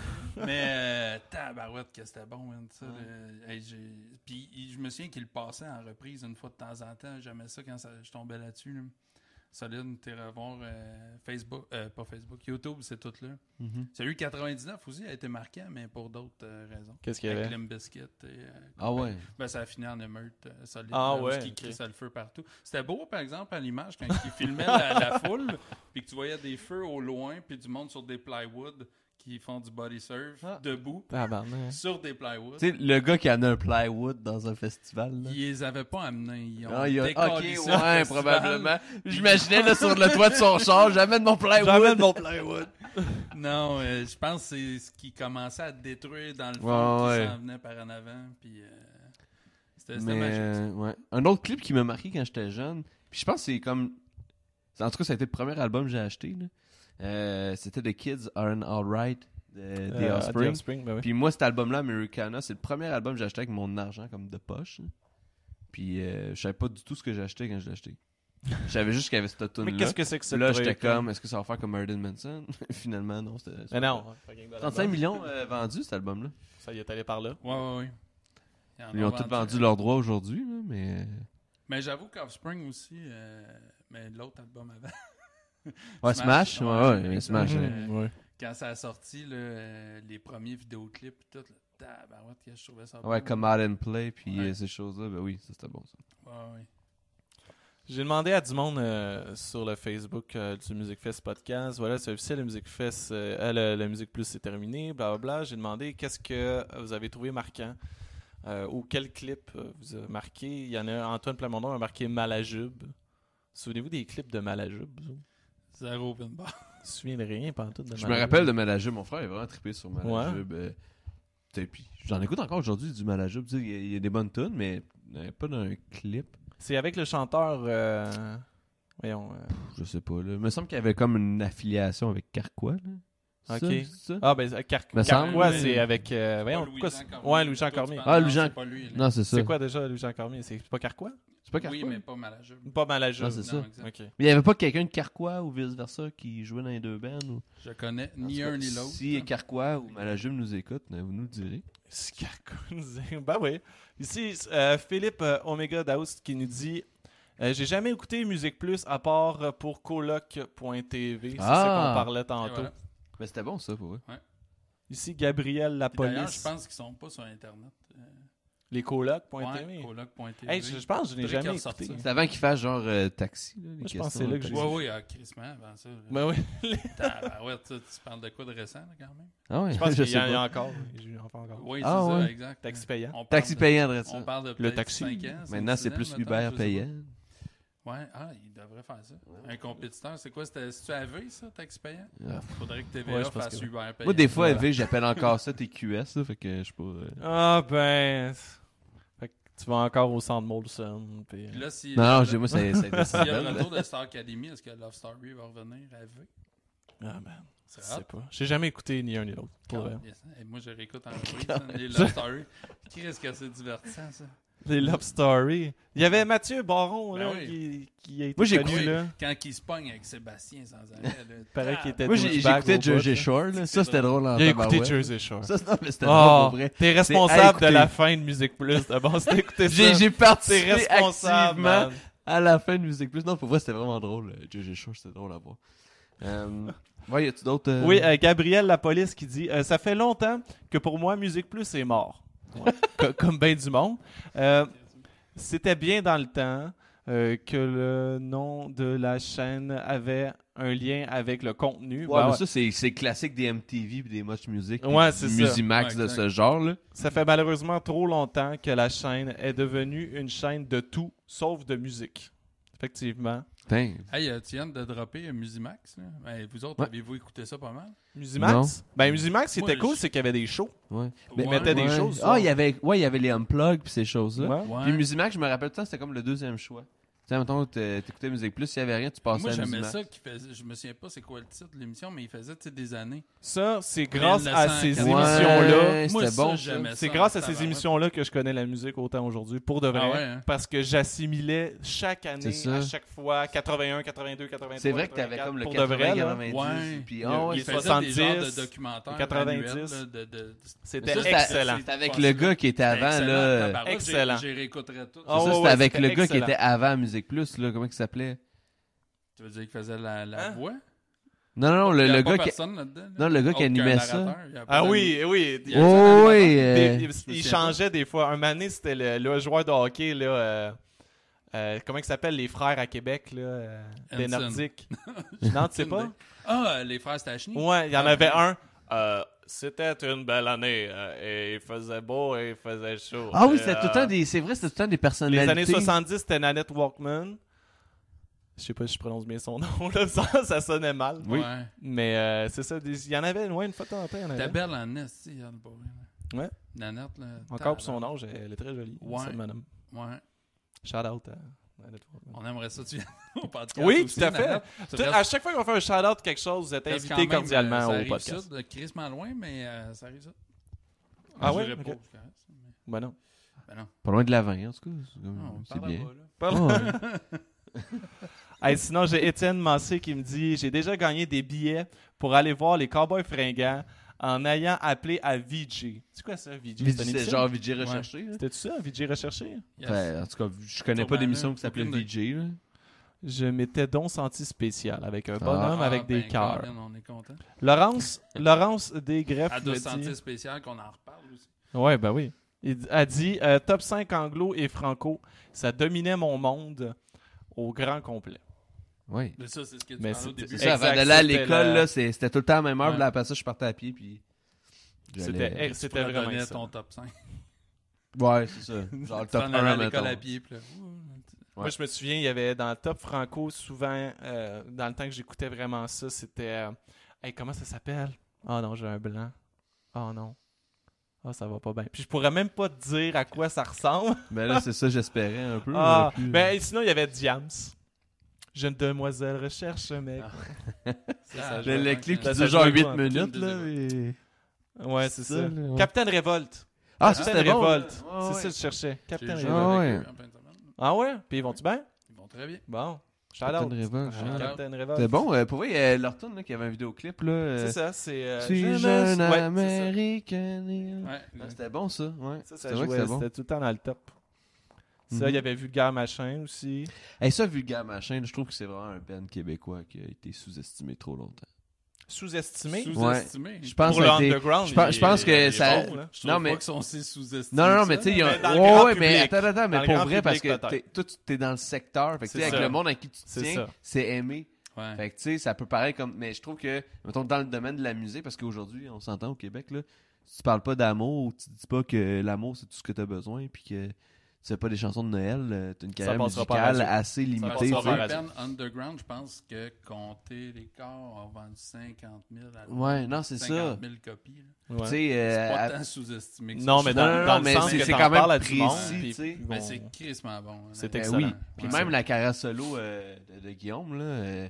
Mais euh, tabarouette que c'était bon, man, ça. le- hey, j'ai- Puis il- je me souviens qu'il le passait en reprise une fois de temps en temps. J'aimais ça quand ça- je tombais là-dessus. Là. Solide, t'es revoir euh, Facebook, euh, pas Facebook, YouTube, c'est tout là. Mhm. Celui de 99 aussi a été marquant, mais pour d'autres euh, raisons. Qu'est-ce qu'il y Avec avait? Limp Bizkit et, euh, Ah ouais. ben, ça a fini en émeute euh, solide. Ah là, où ouais, ce qui ok. crissait le feu partout. C'était beau, par exemple, à l'image, quand ils filmaient la, *laughs* la foule, puis que tu voyais des feux au loin, puis du monde sur des plywood qui font du body surf, Ah. debout, Tabarnak. sur des plywood. Tu sais, le gars qui en a un plywood dans un festival, là. Ils les avaient pas amenés. Ils ont Ah, il a- Ok, décalissé le ouais, festival. probablement. J'imaginais, là, sur le toit de son char, j'amène mon plywood. J'amène mon plywood. Non, euh, je pense que c'est ce qui commençait à détruire dans le Ouais, fond ouais. qui s'en venait par en avant. Puis euh, c'était c'était Mais, magique. euh, ouais. Un autre clip qui m'a marqué quand j'étais jeune, puis je pense que c'est comme. En tout cas, ça a été le premier album que j'ai acheté. là. Euh, C'était The Kids Aren't Alright de The Euh, Offspring. The Offspring, ben oui. Puis moi, cet album-là, Americana, c'est le premier album que j'ai acheté avec mon argent comme de poche. là. Puis euh, je savais pas du tout ce que j'ai acheté quand je l'ai acheté. Je savais juste qu'il y avait cette *laughs* tune Mais là qu'est-ce que c'est que ce Là, truc, j'étais hein? comme, est-ce que ça va faire comme Marilyn Manson *laughs* Finalement, non. c'était- Mais non. 35 millions euh, vendus, cet album-là. Ça y est allé par là. Ouais, ouais, ouais. Ils en Ils ont ont tous vendu vendu leurs droits aujourd'hui, là, mais. euh, Mais j'avoue qu'Offspring aussi, euh, mais l'autre album avant. *laughs* Ouais, Smash, Smash, ouais, ouais, ouais, exact. Smash. ouais. Mm, Quand ça a sorti, là, euh, les premiers vidéoclips, et tout, le tabarouette que je trouvais ça Ouais, bon. Come Out and Play, puis Ouais. euh, ces choses-là, ben oui, ça c'était bon ça. Ouais, ouais. J'ai demandé à du monde euh, sur le Facebook euh, du Music Fest podcast. Voilà, c'est officiel, le Music Fest, euh, euh, le, le Music Plus c'est terminé, bla bla bla. J'ai demandé qu'est-ce que vous avez trouvé marquant euh, ou quel clip euh, vous a marqué. Il y en a Antoine Plamondon a marqué Malajube. Souvenez-vous des clips de Malajube vous autres? Zéro open bar. Je me souviens de rien pendant tout de Je me Malajube. rappelle de Malajube, mon frère est vraiment trippé sur Malajube. Malajube, puis j'en écoute encore aujourd'hui du Malajube, tu sais, il y a- il y, a des bonnes tunes, mais euh, pas d'un clip, C'est avec le chanteur. euh, Voyons. euh, Pff, je sais pas là. Il me semble qu'il y avait comme une affiliation avec Carquois, là. Ok. Ça, c'est ça? Ah, ben, euh, Car- Me semble, Carquois, mais- c'est avec. euh, voyons, Pas pourquoi Louis-Jean c'est- Ouais, Cormier. Louis-Jean Cormier. Toi, tu penses- Ah, non, Louis-Jean- C'est pas lui. là. Non, c'est ça. C'est quoi déjà Louis-Jean Cormier C'est pas Carquois C'est pas Oui, Carquois. mais pas Malajub. Pas Malajube. Non, c'est ça. exact. Ok. Mais il y avait pas quelqu'un de Carquois ou vice-versa qui jouait dans les deux bands ou... Je connais En ni tout cas, un ni l'autre. hein. Si Carquois ou Malajube nous écoute, euh, vous nous le direz. Scarcoon- ben oui. Ici, euh, Philippe euh, Omega Daoust qui nous dit euh, J'ai jamais écouté Musique Plus à part euh, pour coloc.tv. C'est ça Ah. qu'on parlait Et tantôt. voilà. Mais Ben, c'était bon ça pour eux. Ici, Gabriel La Puis D'ailleurs, je Police. pense qu'ils sont pas sur Internet. Euh, Les ouais, coloc.tv. coloc.tv. Hey, je, je pense que je n'ai Faudrait qu'ils jamais ressortent écouté. ça. C'est avant qu'il fasse genre euh, taxi. Là, les je pense que c'est questions là de que j'ai- taxi. Ouais, ouais, ah, crissement, avant ça. là. *laughs* Ben oui, Tabarouette, ça, tu parles de quoi de récent, là, quand même? Ah ouais, je pense qu'il y, sais en pas. a encore. J'ai en fais encore. Oui, c'est Ah, ça, ouais. exact. Taxi payant. On parle Taxi de- payant, adresse On ça. parle de Le peut-être taxi. cinq ans, cinq, Maintenant, six c'est ans, plus mettons, Uber je sais payant. Ouais, ah, il devrait faire ça. Un compétiteur, c'est quoi C'était tu AV, ça, taxe payant Faudrait que TVA Ouais, je pense fasse que- Uber payant. Ah. Moi, des fois, Elvis, j'appelle encore ça TQS, là, fait que je sais pas. euh, Ah ben. c'est- Fait que tu vas encore au centre Molson. puis- Puis là, si. Non, non, là, j'ai- moi, *laughs* c'est. c'est- S'il c'est- y a le retour de Star Academy, est-ce que Love Story va revenir à V Ah ben. Je C'est sais hot. Ah. pas. J'ai jamais écouté ni un ni l'autre. pour vrai. Yes. hein. Hey, moi, je *laughs* réécoute en V, ça, les Love Story. Qui est-ce que c'est divertissant, ça Les Love Story. Il y avait Mathieu Baron Ben là, oui. qui, qui a été Moi, j'ai connu, écouté- là. Quand il se pogne avec Sébastien sans *laughs* arrêt. là. Il paraît qu'il était Moi, j'ai- douchebag j'écoutais au Jersey bout, là. Shore, là. Ça, c'était drôle en Il a écouté tabarouette. Jersey Shore. ben, Ça, non, mais c'était drôle Oh, pour vrai. t'es C'est à responsable de écouter. la fin de Musique Plus. D'abord, *laughs* c'était écouté ça. J'ai T'es j'ai participé responsable, activement man. à la fin de Musique Plus. Non, pour vrai, c'était vraiment drôle. euh, Jersey Shore, c'était drôle à voir. Euh, ouais, y a-tu d'autres. euh, Oui, euh, Gabriel La Police qui dit euh, Ça fait longtemps que pour moi, Musique Plus est mort. *laughs* Co- Comme ben du monde. Euh, C'était bien dans le temps euh, que le nom de la chaîne avait un lien avec le contenu. Ouais, Ben mais ouais. ça, c'est, c'est classique des MTV et des Much Music. puis Ouais, du c'est ça. Musimax Ouais, de exact. ce genre, là. Ça fait malheureusement trop longtemps que la chaîne est devenue une chaîne de tout sauf de musique. Effectivement. Putain. Hey, euh, tu viens de dropper euh, Musimax. Là. Hey, vous autres, Ouais. avez-vous écouté ça pas mal Musimax Ben Musimax, c'était Moi, cool, je- c'est qu'il y avait des shows. Ouais. Ils Ouais. mettaient des Ouais. choses. Ah, il y avait, ouais, il y avait les unplugs pis ces choses-là. Ouais. Ouais. Puis Musimax, je me rappelle ça, c'était comme le deuxième choix. Tu sais, mettons, t'é- t'écoutais Musique Plus, s'il y avait rien, tu passais Moi, à j'aimais Musimax. ça qu'il faisait. Je me souviens pas c'est quoi le titre de l'émission, mais il faisait tu sais, des années. Ça, c'est grâce à ces 1980. émissions-là. Ouais, Moi, c'était ça, bon, ça. j'aimais C'est ça, grâce à en ces tabarouette. émissions-là que je connais la musique autant aujourd'hui, pour de vrai. Ah ouais, hein? Parce que j'assimilais chaque année, C'est ça. à chaque fois, 81, 82, 83. C'est vrai que t'avais comme le 84, pour de 80, vrai, là. 90. Ouais. Puis, Il- ah ouais, il il c'est faisait des 70, genres de documentaires 90. annuels, là, de- de- C'était Ça, c'était- excellent. c'est avec le gars qui était avant, Excellent, là. tabarouette, j'ai- Excellent. J'ai réécouterais tout. Ah ça, ouais, c'était ouais, avec c'était le gars qui excellent. était avant Musique Plus, là. Comment il s'appelait? Tu veux dire qu'il faisait la, la Hein? voix? Non, non, le, Il y a le pas gars qui. personne là-dedans. là? Non, le gars Autre qui animait qu'un ça. narrateur, il y a pas Ah d'anime- oui, oui. Il y a- Oh, oui! Puis, euh, il- je me il souviens pas. changeait des fois. Un mané, c'était le, le joueur de hockey, là. euh, euh, comment ils s'appellent les frères à Québec, là, euh, des *laughs* Hanson. Nordiques? non, tu sais Aucune pas? idée. Ah, euh, les frères Stachny. Ouais, il y en avait un. euh, c'était une belle année. euh, et il faisait beau et il faisait chaud. Ah oui, Et, c'était tout le euh, temps des. C'est vrai, c'était tout le temps des Les personnalités. années 70, c'était Nanette Walkman. Je sais pas si je prononce bien son *laughs* nom, là, ça, ça sonnait mal. Oui. Ouais. Mais euh, c'est ça, des- il y en avait ouais, une fois de temps en temps. il y en T'as avait. belle en est, si, Yann Bourré, là. Ouais. Nanette, là. Encore pour son âge, elle est très jolie. Ouais. cette madame. Ouais. Shout out euh, à Nanette Walkman. On aimerait ça, tu viens *laughs* au podcast. Oui, aussi, tout à fait. Nanette. Tu Tu- restes- à chaque fois qu'on fait un shout-out de quelque chose, vous êtes restes invité quand même, cordialement euh, ça au arrive podcast. Ça, de crissement loin, mais euh, ça arrive ça. Ah Je ouais? dirais pas, Ok. je caresse, mais- Ben non. Ben non. Pas loin de la 20, en tout cas. C'est comme- Ah, Non, on Hmm, c'est parle bien. *laughs* Oh, pas, là. Hey, sinon, j'ai Étienne Massé qui me dit J'ai déjà gagné des billets pour aller voir les Cowboys fringants en ayant appelé à VJ. C'est quoi ça, VJ Vigi- une C'est émission? genre VJ recherché. là. C'était-tu ça, VJ recherché Yes. Enfin, en tout cas, je connais pas Sûrement, d'émission là. qui s'appelait Aucune VJ. là. Je m'étais donc senti spécial avec un bonhomme Ah, avec des ben, cœurs. Colin, on est content. Laurence, Laurence Desgreffes. À deux me dit- sentiers spécial qu'on en reparle aussi. Ouais, ben oui. Il d- a dit euh, Top 5 anglo et franco, ça dominait mon monde au grand complet. Oui. Mais ça, c'est ce que tu Mais parlais au c'est- début. C'est Exact, ça, avant d'aller à c'était l'école, la- là, c'est- c'était tout le temps à la même heure, Ouais. puis là, après ça, je partais à pied, puis... C'était eh, J'allais- c'était vraiment donner ça. ton top 5. Ouais, *laughs* c'est ça. Genre le top 1, T'en allais à mettons. l'école à pied, puis là, ouh, Moi, je me souviens, il y avait dans le top franco, souvent, euh, dans le temps que j'écoutais vraiment ça, c'était. euh, hey, comment ça s'appelle Oh non, j'ai un blanc. Oh non. Oh, ça va pas bien. Puis je pourrais même pas te dire à quoi ça ressemble. Ben là, c'est ça, j'espérais un peu. Ah, mais plus- mais sinon, il y avait Diams. Jeune demoiselle recherche, mec. ça, Le, le je- clip Ça, qui ça dure genre joue 8 pas, minutes, clip de là. mais- Ouais, c'est ça. ça, là, ouais. Captain Révolte. Ah, ça, Captain c'était bon. là. Révolte. Ouais, c'est ça ouais. que je cherchais. Captain J'ai joué Révolte. Ah ouais. avec eux en fin de semaine. Ah ouais Puis ils vont-tu bien Ils vont très bien. Bon. Shout Captain out. Ah, Révolte, Shout-out. ouais. Captain Révolte. C'était bon. euh, Pour vrai, il y a leur tune, là, qui avait un vidéoclip, là. euh, C'est ça, c'est. euh, Suis Jeunesse. jeune Ouais, c'est ça. américain. Ouais, Ah, C'était bon, ça. Ouais. Ça, C'est ça vrai que jouait, c'était c'était bon. tout le temps dans le top. Ça, il Mhm. y avait Vulgaire Machin aussi. Et ça, vulgaire machin, je trouve que c'est vraiment un band québécois qui a été sous-estimé trop longtemps. Sous-estimé. Sous-estimé. Je pense Pour que le ça a été- underground. je pense- il je pense est- que il est ça- bon, là. Je trouve Non, mais- pas qu'ils sont si sous-estimés. Non, non, que mais ça, tu sais, il y a Mais dans un. le grand Ouais, ouais, mais public. attends, attends, Dans mais le pour grand vrai, parce public, que t'es- toi, tu- t'es dans le secteur. Fait que, tu sais, C'est avec ça. le monde à qui tu C'est tiens, ça. c'est aimé. Ouais. Fait que, tu sais, ça peut paraître comme. Mais je trouve que, mettons, dans le domaine de la musique, parce qu'aujourd'hui, on s'entend au Québec, là, si tu parles pas d'amour, ou tu dis pas que l'amour, c'est tout ce que t'as besoin, puis que tu fais pas des chansons de Noël, euh, t'as une carrière passera pas à musicale radio. assez passera limitée. pas tu sais. à Urban radio. Underground, je pense que compter les corps, on vend 50 000 à Ouais, non, c'est 50 ça. 000 copies. là. Ouais. Tu sais, euh, C'est pas à- tant sous-estimé que ça. Non, mais Je dans, Non, non, dans mais le sens c'est- que c'est t'en quand même parles à du monde, précis, puis- tu sais. puis pense- Mais bon. c'est crissement bon. honnêtement. C'est Ben excellent. oui. Puis Ouais, même c'est- la carrière solo euh, de, de Guillaume, là, euh,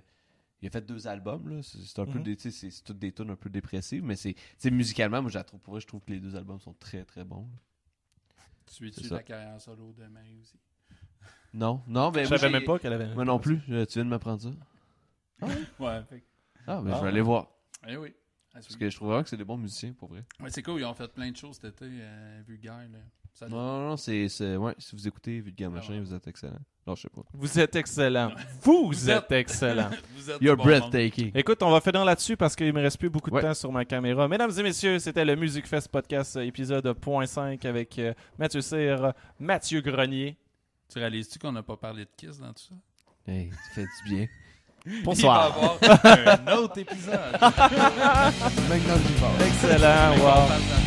il a fait deux albums. là. C'est c'est un peu Mhm. des- tu sais, c'est- c'est toutes des tunes un peu dépressives, mais c'est tu sais, musicalement, moi, je la trouve, pour vrai, je trouve que les deux albums sont très très bons. là. Suis-tu C'est ça. la carrière solo de Marie aussi? Non, non, mais Je moi, savais j'ai- même pas qu'elle avait. Moi non plus, je- tu viens de m'apprendre ça. Ouais. fait que- Ah, ben je Ah. vais aller voir. Eh oui. À Parce suivre. que je trouve vraiment que c'est des bons musiciens, pour vrai. Ouais, c'est cool, ils ont fait plein de choses cet été, euh, vulgaire. Là. Ça- *laughs* Non, non, non, c'est. c'est- Ouais, si vous écoutez Vulgaire Ah, Machin, ouais. vous êtes excellent. Non, je sais pas. Vous êtes excellent. Vous, Vous êtes êtes- excellent. Vous êtes You're du bon monde. breathtaking. Écoute, on va finir là-dessus parce qu'il me reste plus beaucoup de Ouais. temps sur ma caméra. Mesdames et messieurs, c'était le Music Fest Podcast euh, épisode point .5 avec euh, Mathieu Cyr, Mathieu Grenier. Tu réalises-tu qu'on n'a pas parlé de Kiss dans tout ça? Hey, tu fais du *laughs* bien. Bonsoir. Il va y avoir un autre épisode. Maintenant, tu Excellent. wow. Parle-en.